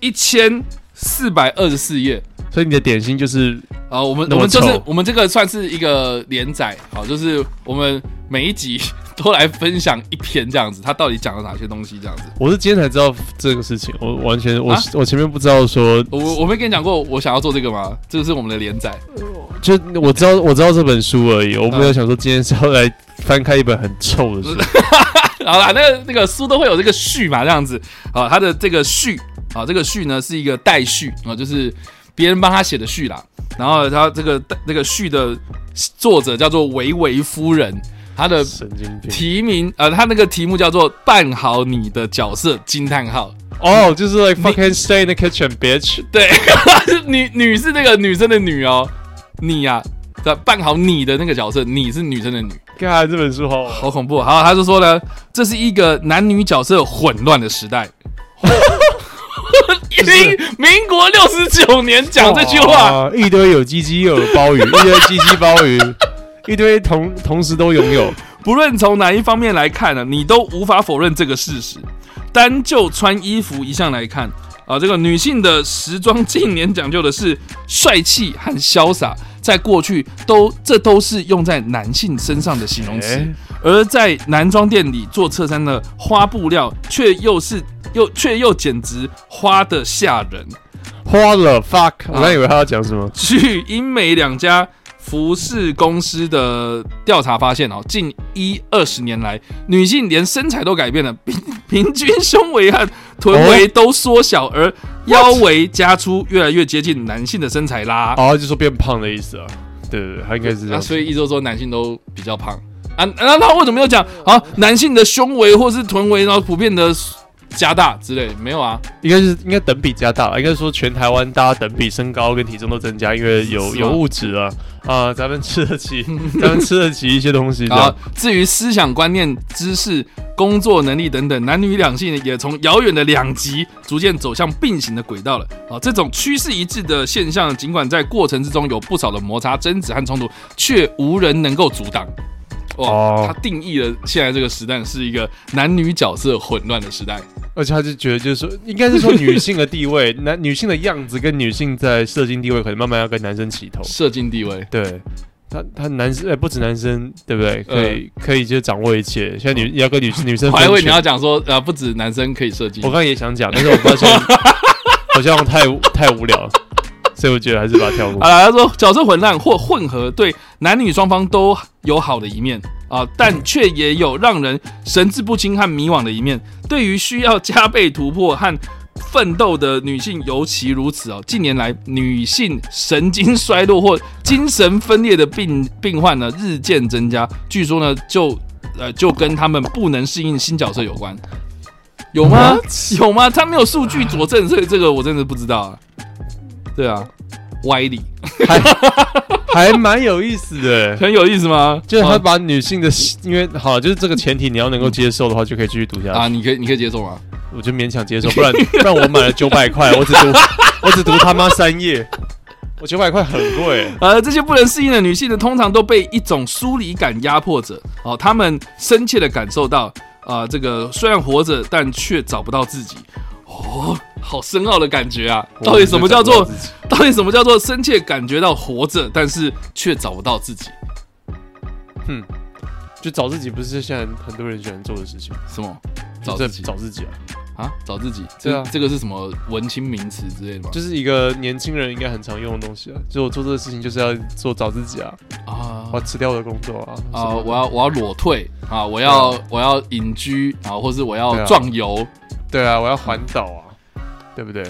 S2: 一千四百二十四页。
S3: 所以你的点心就是
S2: 啊，我们
S3: 那
S2: 我
S3: 么
S2: 们就是
S3: 臭
S2: 我们这个算是一个连载，好，就是我们每一集 [LAUGHS] 都来分享一篇这样子，他到底讲了哪些东西这样子。
S3: 我是今天才知道这个事情，我完全我、
S2: 啊
S3: 我前面不知道说，
S2: 我我我没跟你讲过我想要做这个吗？这个是我们的连载， [LAUGHS]
S3: 就我知道我知道这本书而已，我没有想说今天是要来翻开一本很臭的书。
S2: 好啦，那个那个书都会有这个序嘛，这样子。好，他的这个序，啊，这个序呢是一个代序啊，就是别人帮他写的序啦。然后他这个那个序的作者叫做维维夫人，他的
S3: 神经病
S2: 题名呃，他那个题目叫做“扮好你的角色”惊叹号。
S3: 哦就是 like fucking stay in the kitchen bitch。
S2: 对， [LAUGHS] 女女是那个女生的女哦，你呀、对，扮好你的那个角色，你是女生的女。
S3: 看这本书好
S2: 好恐怖！啊好，他就说呢，这是一个男女角色混乱的时代。民民国六十九年讲这句话，
S3: 哇，一堆有鸡鸡又有鲍鱼，一堆鸡鸡鲍鱼，一堆同同时都拥有。
S2: 不论从哪一方面来看呢、你都无法否认这个事实。单就穿衣服一项来看，啊，这个女性的时装近年讲究的是帅气和潇洒，在过去都这都是用在男性身上的形容词。
S3: 哎
S2: 而在男装店里做衬衫的花布料，却又是又却又简直花的吓人。
S3: 花了 fuck，我刚以为他要讲什么。
S2: 据英美两家服饰公司的调查发现，哦，近一二十年来，女性连身材都改变了，平平均胸围和臀围都缩小，而腰围加粗，越来越接近男性的身材啦。
S3: 哦，就说变胖的意思啊。对对对，他应该是这
S2: 那
S3: 样。
S2: 所以一周说男性都比较胖啊，那他为什么没有讲啊？男性的胸围或是臀围，然后普遍的加大之类，没有啊？
S3: 应该是应该等比加大了，应该说全台湾大家等比身高跟体重都增加，因为有
S2: 是吗
S3: 有物质啊啊，咱们吃得起，咱们吃得起一些东西这
S2: 啊
S3: [LAUGHS] 样。，
S2: 至于思想观念、知识、工作能力等等，男女两性也从遥远的两极逐渐走向并行的轨道了。啊，这种趋势一致的现象，尽管在过程之中有不少的摩擦、争执和冲突，却无人能够阻挡。哇
S3: 哦，
S2: 他定义了现在这个时代是一个男女角色混乱的时代。
S3: 而且他就觉得就是说，应该是说女性的地位，男女性的样子跟女性在射精地位可能慢慢要跟男生齐头。
S2: 射精地位，
S3: 对。他他男生、哎不止男生对不对？可以、可以就掌握一切。现在女要跟女女
S2: 嗯
S3: 生
S2: 我
S3: 分
S2: 还以为你
S3: 权
S2: 要讲说，呃，不止男生可以射精
S3: 我，刚刚也想讲，但是我发现好像太无太无聊了，所以我觉得还是把它跳
S2: [LAUGHS]
S3: 过
S2: 好。了，他啊说角色混乱或混合对男女双方都有好的一面啊，但却也有让人神志不清和迷惘的一面。对于需要加倍突破和奋斗的女性尤其如此哦。近年来，女性神经衰弱或精神分裂的病病患呢日渐增加，据说呢就呃就跟他们不能适应新角色有关。有吗
S3: What？
S2: [LAUGHS] 有吗？他没有数据佐证，所以这个我真的不知道啊。对啊，歪理。
S3: 还蛮有意思
S2: [LAUGHS]
S3: 的。
S2: 很有意思吗？
S3: 就是他
S2: 啊
S3: 把女性的，因为好，就是这个前提你要能够接受的话，就可以继续读下去。
S2: 啊，你可以你可以接受吗？
S3: 我就勉强接受，不然 [LAUGHS] 不然我买了九百块，我只读 [LAUGHS] 我只读他妈三页，我九百块很贵。
S2: 呃，这些不能适应的女性呢，通常都被一种疏离感压迫着哦，她们深切的感受到啊、这个虽然活着，但却找不到自己。哦，好深奥的感觉啊！ [LAUGHS] 到底什么叫
S3: 我
S2: 做
S3: 们是找不到自己？
S2: 到底什么叫做深切感觉到活着，但是却找不到自己？
S3: 就找自己，不是现在很多人喜欢做的事情吗？
S2: 什么？
S3: 就
S2: 找
S3: 在
S2: 自己？
S3: 找自己啊，
S2: 啊？找自己？
S3: 对
S2: 这
S3: 啊
S2: 这个是什么文青名词之类的吗？
S3: 就是一个年轻人应该很常用的东西啊。就我做这个事情，就是要做找自己啊，
S2: 啊
S3: 我要辞掉我的工作啊。什
S2: 啊！
S3: 么的
S2: 我要我要裸退啊！我要
S3: 对
S2: 我要隐居啊，或是我
S3: 对
S2: 要
S3: 啊
S2: 壮游。
S3: 对啊，我要环岛啊，对不对？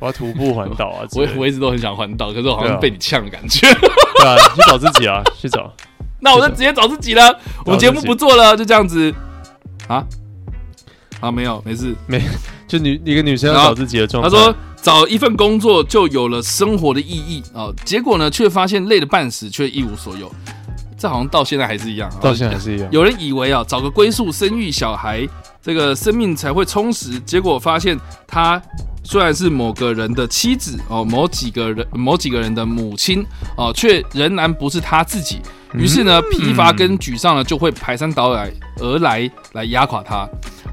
S3: 我要徒步环岛啊，
S2: [LAUGHS]
S3: 之
S2: 我
S3: 类的
S2: 我一直都很想环岛，可是我好
S3: 对
S2: 像
S3: 啊
S2: 被你呛的感觉。
S3: 对啊，去找自己啊，去找。
S2: [LAUGHS] 那我就直接找自己了。我们节目不做了，就这样子啊啊，没有没事。
S3: 就女一个女生要
S2: 然后
S3: 找自己的状态。
S2: 他说找一份工作就有了生活的意义啊、哦结果呢却发现累得半死，却一无所有。这好像到现在还是一样，啊
S3: 到现在还是一样，
S2: 有人以为啊，找个归宿生育小孩，这个生命才会充实。结果发现，她虽然是某个人的妻子哦，某几个人某几个人的母亲哦，却仍然不是她自己。于是呢，疲乏跟沮丧呢就会排山倒海而来，来压垮她。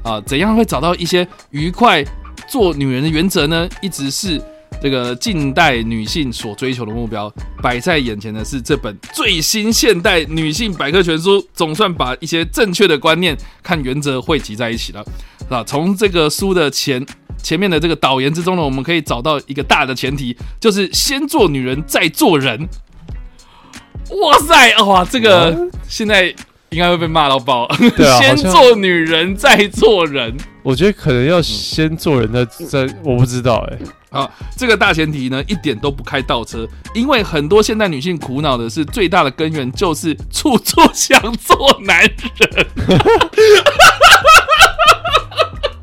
S2: 啊、怎样会找到一些愉快做女人的原则呢？一直是这个近代女性所追求的目标。摆在眼前的是这本最新现代女性百科全书，总算把一些正确的观念看原则汇集在一起了。啊，从这个书的前前面的这个导言之中呢，我们可以找到一个大的前提，就是先做女人，再做人。哇塞，哇，这个现在应该会被骂到爆。
S3: 对啊好
S2: 先
S3: 像
S2: 做女人，再做人。
S3: 我觉得可能要先做人再再，我不知道哎、
S2: 啊，这个大前提呢，一点都不开倒车，因为很多现代女性苦恼的是最大的根源就是处处想做男人。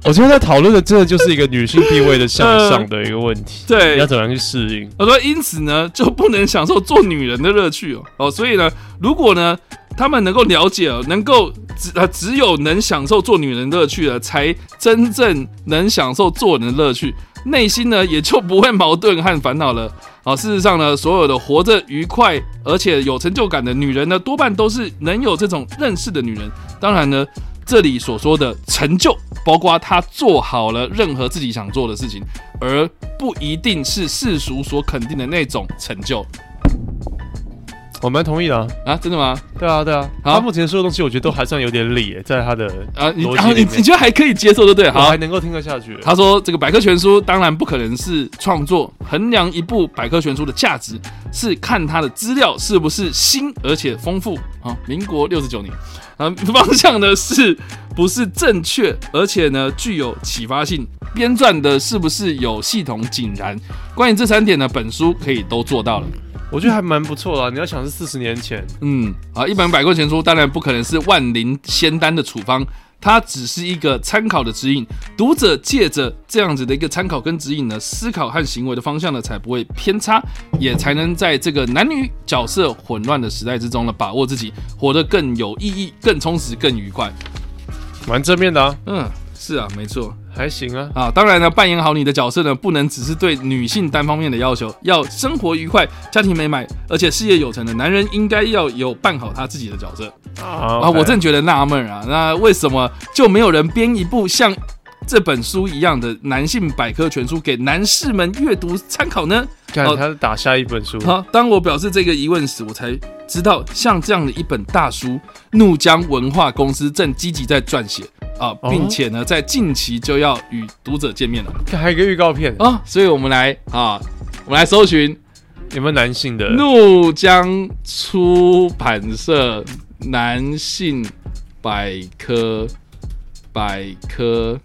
S3: 我觉得在讨论的真的就是一个女性地位的向上的一个问题，
S2: [LAUGHS] 对
S3: 你要怎么样去适应？
S2: 我说，因此呢，就不能享受做女人的乐趣哦。哦，所以呢，如果呢，他们能够了解哦，能够只呃只有能享受做女人的乐趣了，才真正能享受做人的乐趣，内心呢也就不会矛盾和烦恼了。哦，事实上呢，所有的活着愉快而且有成就感的女人呢，多半都是能有这种认识的女人。当然呢，这里所说的成就，包括她做好了任何自己想做的事情，而不一定是世俗所肯定的那种成就
S3: 我蛮同意的、啊，
S2: 啊？真的吗？
S3: 对啊，对啊。
S2: 好
S3: 他目前说的东西，我觉得都还算有点理、欸，在他的
S2: 啊，你
S3: 逻辑
S2: 然后、你
S3: 里面
S2: 你觉得还可以接受，对不对？
S3: 我
S2: 好
S3: 还，能够听得下去。
S2: 他说这个百科全书当然不可能是创作，衡量一部百科全书的价值是看它的资料是不是新而且丰富啊。民国六十九年，啊， [LAUGHS] 方向呢是不是正确，而且呢具有启发性，编撰的是不是有系统井然？关于这三点呢，本书可以都做到了。
S3: 我觉得还蛮不错的啊、你要想是四十年前，
S2: 嗯，啊，一本百科全书当然不可能是万灵仙丹的处方，它只是一个参考的指引。读者借着这样子的一个参考跟指引呢，思考和行为的方向呢，才不会偏差，也才能在这个男女角色混乱的时代之中呢，把握自己，活得更有意义、更充实、更愉快。
S3: 蛮正面的啊，
S2: 嗯，是啊，没错。
S3: 还行啊。
S2: 啊，当然呢，扮演好你的角色呢，不能只是对女性单方面的要求，要生活愉快、家庭美满，而且事业有成的男人应该要有扮好他自己的角色
S3: 啊
S2: 啊。我真的觉得纳闷啊，那为什么就没有人编一部像这本书一样的男性百科全书给男士们阅读参考呢？
S3: 看
S2: 哦
S3: 他是打下一本书，
S2: 好，当我表示这个疑问时，我才知道，像这样的一本大书，怒江文化公司正积极在撰写啊，并且呢，在近期就要与读者见面了。
S3: 看还有一个预告片，
S2: 啊，所以我们来啊，我们来搜寻
S3: 有没有男性的？
S2: 怒江出版社男性百科百科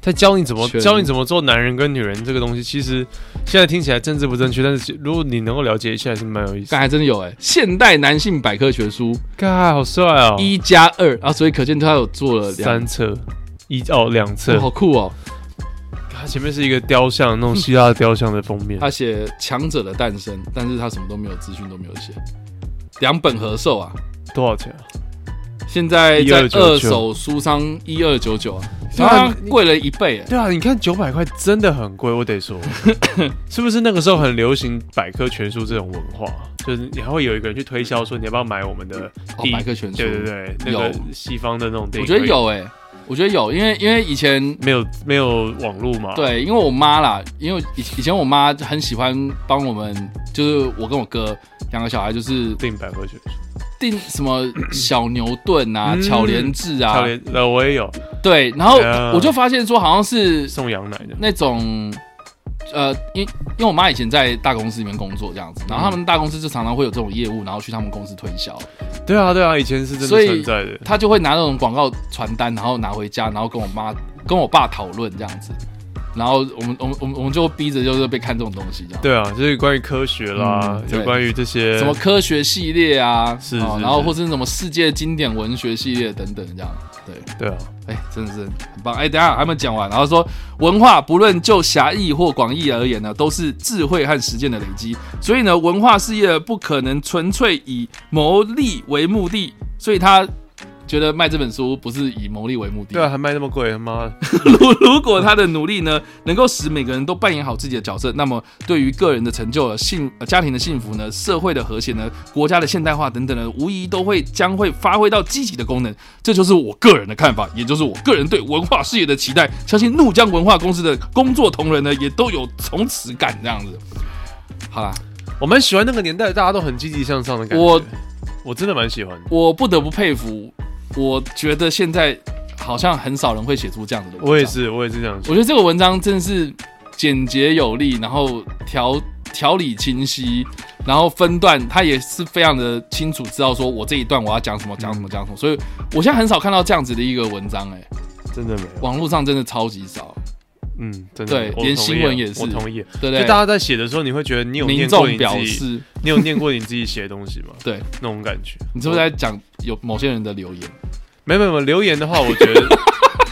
S3: 他教你怎么
S2: 全
S3: 教你怎么做男人跟女人这个东西，其实现在听起来政治不正确，但是其如果你能够了解一下，还是蛮有意思
S2: 刚
S3: 的。
S2: 才真的有哎、现代男性百科全书
S3: 嘎，好帅哦！
S2: 一加二啊，所以可见他有做了两
S3: 三侧，一哦两侧
S2: 哦，好酷哦！
S3: 它前面是一个雕像， [LAUGHS] 那种希腊雕像的封面。
S2: 他写强者的诞生，但是他什么都没有，资讯都没有写。两本合售啊，
S3: 多少钱啊？
S2: 现在在
S3: 1299
S2: 二手书商一二九九啊，
S3: 对
S2: 它
S3: 啊，
S2: 贵了一倍欸耶。
S3: 对啊，你看九百块真的很贵，我得 [LAUGHS] 说，是不是那个时候很流行百科全书这种文化？就是你还会有一个人去推销说你要不要买我们的第一
S2: 哦百科全书
S3: 对对对，那个西方的那种电
S2: 我
S3: 影，
S2: 觉得有哎，我觉得有，因为因为以前
S3: 没有没有网络嘛？，
S2: 对，因为我妈啦，因为以以前我妈很喜欢帮我们，就是我跟我哥两个小孩，就是
S3: 订百科全书，
S2: 订什么小牛顿啊、
S3: 嗯
S2: 巧莲智啊
S3: 巧，莲呃我也有
S2: 对，然后
S3: Yeah
S2: 我就发现说好像是
S3: 送羊奶的，
S2: 那种。呃，因因为我妈以前在大公司里面工作这样
S3: 嗯
S2: 子，然后他们大公司就常常会有这种业务，然后去他们公司推销，
S3: 对啊对啊，以前是真的
S2: 所以
S3: 存在的，
S2: 她就会拿那种广告传单，然后拿回家，然后跟我妈跟我爸讨论这样子，然后我们我们我们我们就逼着就是被看这种东西这样。
S3: 对啊，就是关于科学啦
S2: 嗯，
S3: 有
S2: 对
S3: 关于这些
S2: 什么科学系列啊，
S3: 是
S2: 哦
S3: 是
S2: 然后
S3: 是
S2: 或是什么世界经典文学系列等等这样。对，
S3: 对啊，
S2: 哎，真的是很棒。哎，等一下还没讲完，然后说文化不论就狭义或广义而言呢，都是智慧和实践的累积。所以呢，文化事业不可能纯粹以谋利为目的，所以他觉得卖这本书不是以谋利为目的。
S3: 对啊，还卖那么贵，他妈的
S2: 如 [LAUGHS] 如果他的努力呢，能够使每个人都扮演好自己的角色，那么对于个人的成就、幸、呃家庭的幸福呢、社会的和谐呢、国家的现代化等等呢，无疑都会将会发挥到积极的功能。这就是我个人的看法，也就是我个人对文化事业的期待。相信怒江文化公司的工作同仁呢，也都有从此感这样子。好啦，
S3: 我蛮喜欢那个年代，大家都很积极向上的感觉，
S2: 我
S3: 我真的蛮喜欢的。
S2: 我不得不佩服，我觉得现在好像很少人会写出这样子的文章。
S3: 我也是，我也是这样
S2: 我
S3: 想。
S2: 觉得这个文章真的是简洁有力，然后条条理清晰，然后分段它也是非常的清楚，知道说我这一段我要讲什么，讲什么，讲什么。所以我现在很少看到这样子的一个文章、哎，
S3: 真的没有。
S2: 网络上真的超级少，
S3: 嗯，真的。
S2: 对
S3: 我
S2: 连
S3: 同
S2: 新
S3: 意
S2: 闻
S3: 啊
S2: 也是
S3: 我同意。
S2: 对不
S3: 就
S2: 对？
S3: 大家在写的时候，你会觉得你有
S2: 民
S3: 念过
S2: 众
S3: 你自
S2: 表
S3: 己，
S2: 示，？
S3: 你有念过你自己写的东西吗
S2: [LAUGHS] 对
S3: 那种感觉。
S2: 你是不是在讲有某些人的留言？
S3: 没有没有没有留言的话，我觉
S2: [LAUGHS]
S3: 得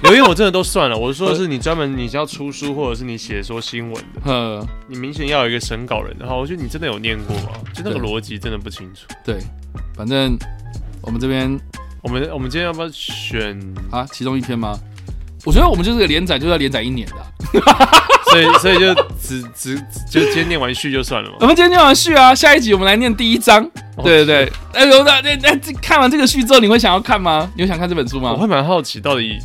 S3: 留言我真的都算了。我说的是你专门你是要出书，或者是你写说新闻的，
S2: 呵，
S3: 你明显要有一个审稿人的话，我觉得你真的有念过吗？就那个
S2: 对
S3: 逻辑真的不清楚。
S2: 对，反正我们这边
S3: 我们我们今天要不要选？
S2: 啊，其中一篇吗？我觉得我们就是个连载，就是要连载一年的啊、
S3: 所以 [LAUGHS] 所以就只只就今天念完序就算了嘛
S2: 我。们今天就往续啊，下一集我们来念第一章。[LAUGHS]
S3: 哦
S2: 对对对，哎，刘大，那那这看完这个序之后，你会想要看吗？你会想看这本书
S3: 我
S2: 吗？
S3: 会蛮好奇，到底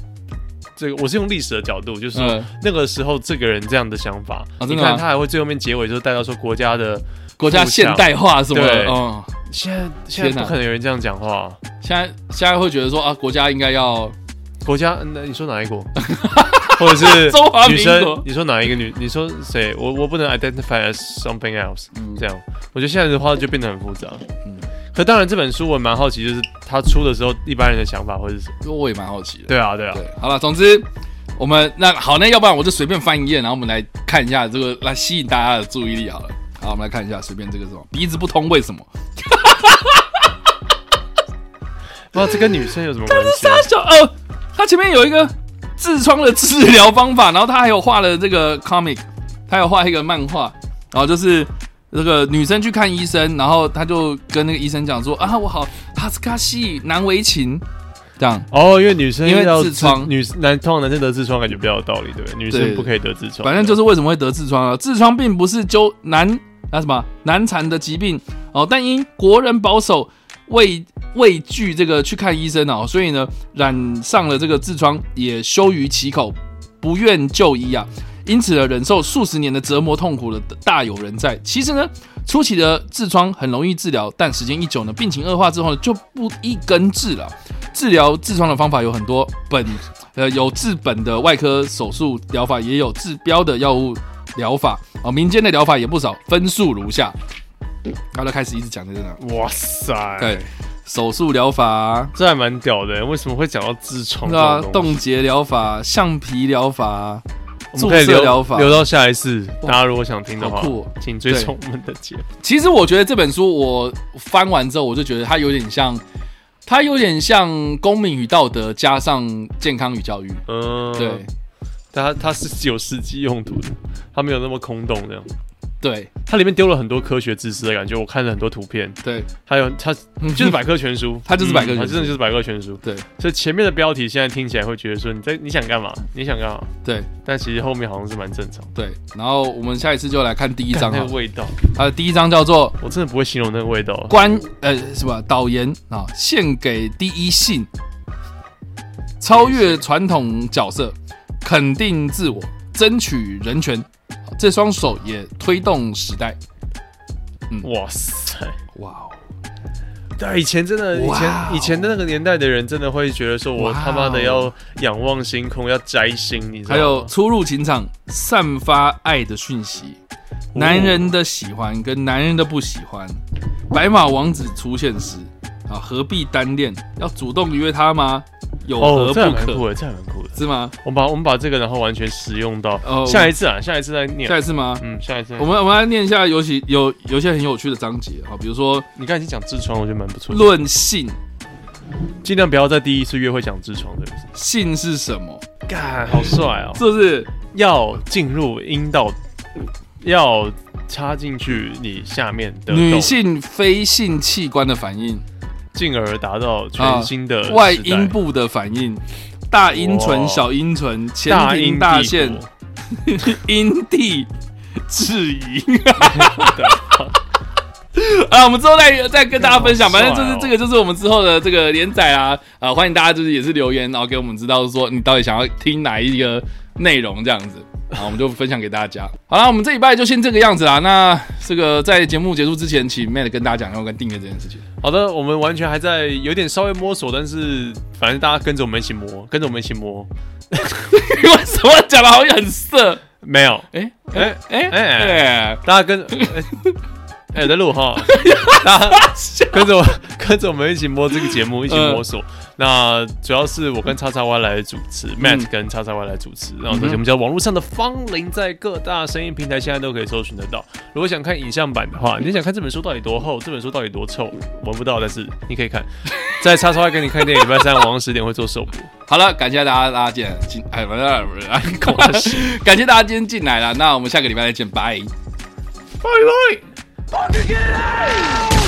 S3: 这个我是用历史的角度，就是
S2: 嗯，
S3: 那个时候这个人这样的想法。
S2: 啊真的
S3: 你
S2: 吗
S3: 看他还会最后面结尾就是带到说国家的，
S2: 国家现代化什么的，
S3: 对
S2: 嗯，
S3: 现在现
S2: 天
S3: 在
S2: 哪
S3: 不可能有人这样讲话。哦
S2: 现在现在会觉得说啊，国家应该要
S3: 国家，嗯那你说哪
S2: [LAUGHS]
S3: 一国？或者是
S2: 中华
S3: 女
S2: 民
S3: 生
S2: 国？，
S3: 你说哪一个女？你说谁？我我不能 identify as something else。
S2: 嗯
S3: 这样，我觉得现在的话就变得很复杂。
S2: 嗯
S3: 可当然，这本书我蛮好奇，就是他出的时候，一般人的想法会是什么？
S2: 我也蛮好奇的。
S3: 对啊，对啊，
S2: 对，好了，总之我们那好，那要不然我就随便翻一页，然后我们来看一下这个，来吸引大家的注意力好了。好，我们来看一下，随便这个是什么鼻子不通为什么？
S3: 不知道这跟女生有什么关系啊？
S2: 他小哦，他前面有一个痔疮的治疗方法，然后他还有画了这个 comic，他有画一个漫画，然后就是这个女生去看医生，然后他就跟那个医生讲说啊，我好哈斯卡西难为情，这样
S3: 哦，因为女生
S2: 因为
S3: 要
S2: 痔疮
S3: 女男通常男生得痔疮感觉比较有道理，对不对？女
S2: 对
S3: 生不可以得痔疮，
S2: 反正就是为什么会得痔疮啊？痔疮并不是纠难那什么难缠的疾病哦，但因国人保守畏畏惧这个去看医生哦，所以呢染上了这个痔疮也羞于其口，不愿就医啊。因此呢，忍受数十年的折磨痛苦的大有人在。其实呢，初期的痔疮很容易治疗，但时间一久呢，病情恶化之后呢，就不易根治了。治疗痔疮的方法有很多，本呃有治本的外科手术疗法，也有治标的药物疗法哦，民间的疗法也不少，分数如下。
S3: 嗯
S2: 然后就开始一直讲在这呢，
S3: 哇塞，
S2: 对，手术疗法，
S3: 这还蛮屌的。为什么会讲到痔疮
S2: 对
S3: 这
S2: 啊，
S3: 种东西？
S2: 冻结疗法、橡皮疗法、
S3: 我
S2: 注
S3: 们可以
S2: 射
S3: 留
S2: 疗法。
S3: 留到下一次。
S2: 哇
S3: 大家如果想听的话
S2: 好酷哦，
S3: 请追踪我们的节目。
S2: 其实我觉得这本书我翻完之后，我就觉得它有点像，它有点像公民与道德加上健康与教育。
S3: 嗯，
S2: 对，
S3: 但它它是有实际用途的，它没有那么空洞这样。
S2: 对
S3: 它里面丢了很多科学知识的感觉。我看了很多图片，
S2: 对，
S3: 还有它就是百科全书，
S2: 它就是百科全书
S3: 它真的就是百科全书。
S2: [LAUGHS] 对
S3: 所以前面的标题现在听起来会觉得说你在你想干嘛？你想干嘛？
S2: 对
S3: 但其实后面好像是蛮正常的。
S2: 对。然后我们下一次就来看第一章
S3: 干那
S2: 哈
S3: 个，味道，
S2: 它的第一章叫做
S3: 我真的不会形容那个味道。
S2: “关呃什么导言啊，献给第一性，超越传统角色，肯定自我，争取人权，好这双手也推动时代。
S3: 哇塞！”
S2: 哇哦！
S3: 对，以前真的，以前
S2: 哇哦
S3: 以前的那个年代的人，真的会觉得说，我
S2: 哇哦
S3: 他妈的要仰望星空，要摘星，你知道吗？
S2: 还有初入情场，散发爱的讯息，男人的喜欢跟男人的不喜欢，白马王子出现时啊，何必单恋？要主动约他吗？有
S3: 哦
S2: 何，
S3: 这还
S2: 不
S3: 蛮酷
S2: 可？
S3: 的，这还蛮酷的。
S2: 是吗？
S3: 我们把我们把这个，然后完全使用到
S2: 哦
S3: 下一次啊，下一次再念
S2: 下。一次吗？
S3: 嗯，下一次再念
S2: 我们我们来念一下，尤其有有一些很有趣的章节啊，比如说
S3: 你刚才已经讲痔疮，我觉得蛮不错的。
S2: 论性，
S3: 尽量不要在第一次约会讲痔疮，对不对？
S2: 性是什么？
S3: 干，好帅哦！
S2: 是不是？
S3: 要进入阴道，要插进去你下面的
S2: 女
S3: 洞，
S2: 性非性器官的反应，
S3: 进而达到全新的
S2: 外
S3: 时代
S2: 阴部的反应，大阴唇、
S3: 哇
S2: 小阴唇、前
S3: 大
S2: 庭、
S3: 阴
S2: 大
S3: 帝
S2: 腺。
S3: 国
S2: 因地制宜。啊，我们之后再再跟大家分享，
S3: 好
S2: 反
S3: 帅哦
S2: 正就是这个，就是我们之后的这个连载啊，啊，欢迎大家就是也是留言，然后给我们知道说你到底想要听哪一个内容这样子，好，我们就分享给大家。好了，我们这礼拜就先这个样子啦。那这个在节目结束之前，请 Matt 跟大家讲一下跟订阅这件事情。 [LAUGHS]
S3: 好的，我们完全还在有点稍微摸索，但是反正大家跟着我们一起摸，跟着我们一起摸，
S2: 为什么讲的好像很色？
S3: 没有，
S2: 哎
S3: 哎
S2: 哎
S3: 哎
S2: 哎，
S3: 大家跟，哎、哎有在录哈，大家跟着我跟着我们一起摸这个节目，一起摸索。那主要是我跟叉叉 Y 来主持、m a t t 跟叉叉 Y 来主持，然后这节目叫《网络上的芳龄》，在各大声音平台现在都可以搜寻得到。如果想看影像版的话，你想看这本书到底多厚，这本书到底多臭，闻不到，但是你可以看。在叉叉 Y 给你看电影，礼拜三晚上十点会做首播。
S2: 好了，感谢大家，大家见，今哎不是不是，哎 [LAUGHS]
S3: 瓜事
S2: 感谢大家今天进来了，那我们下个礼拜再见，拜。
S3: 拜拜。
S1: Fucking get out!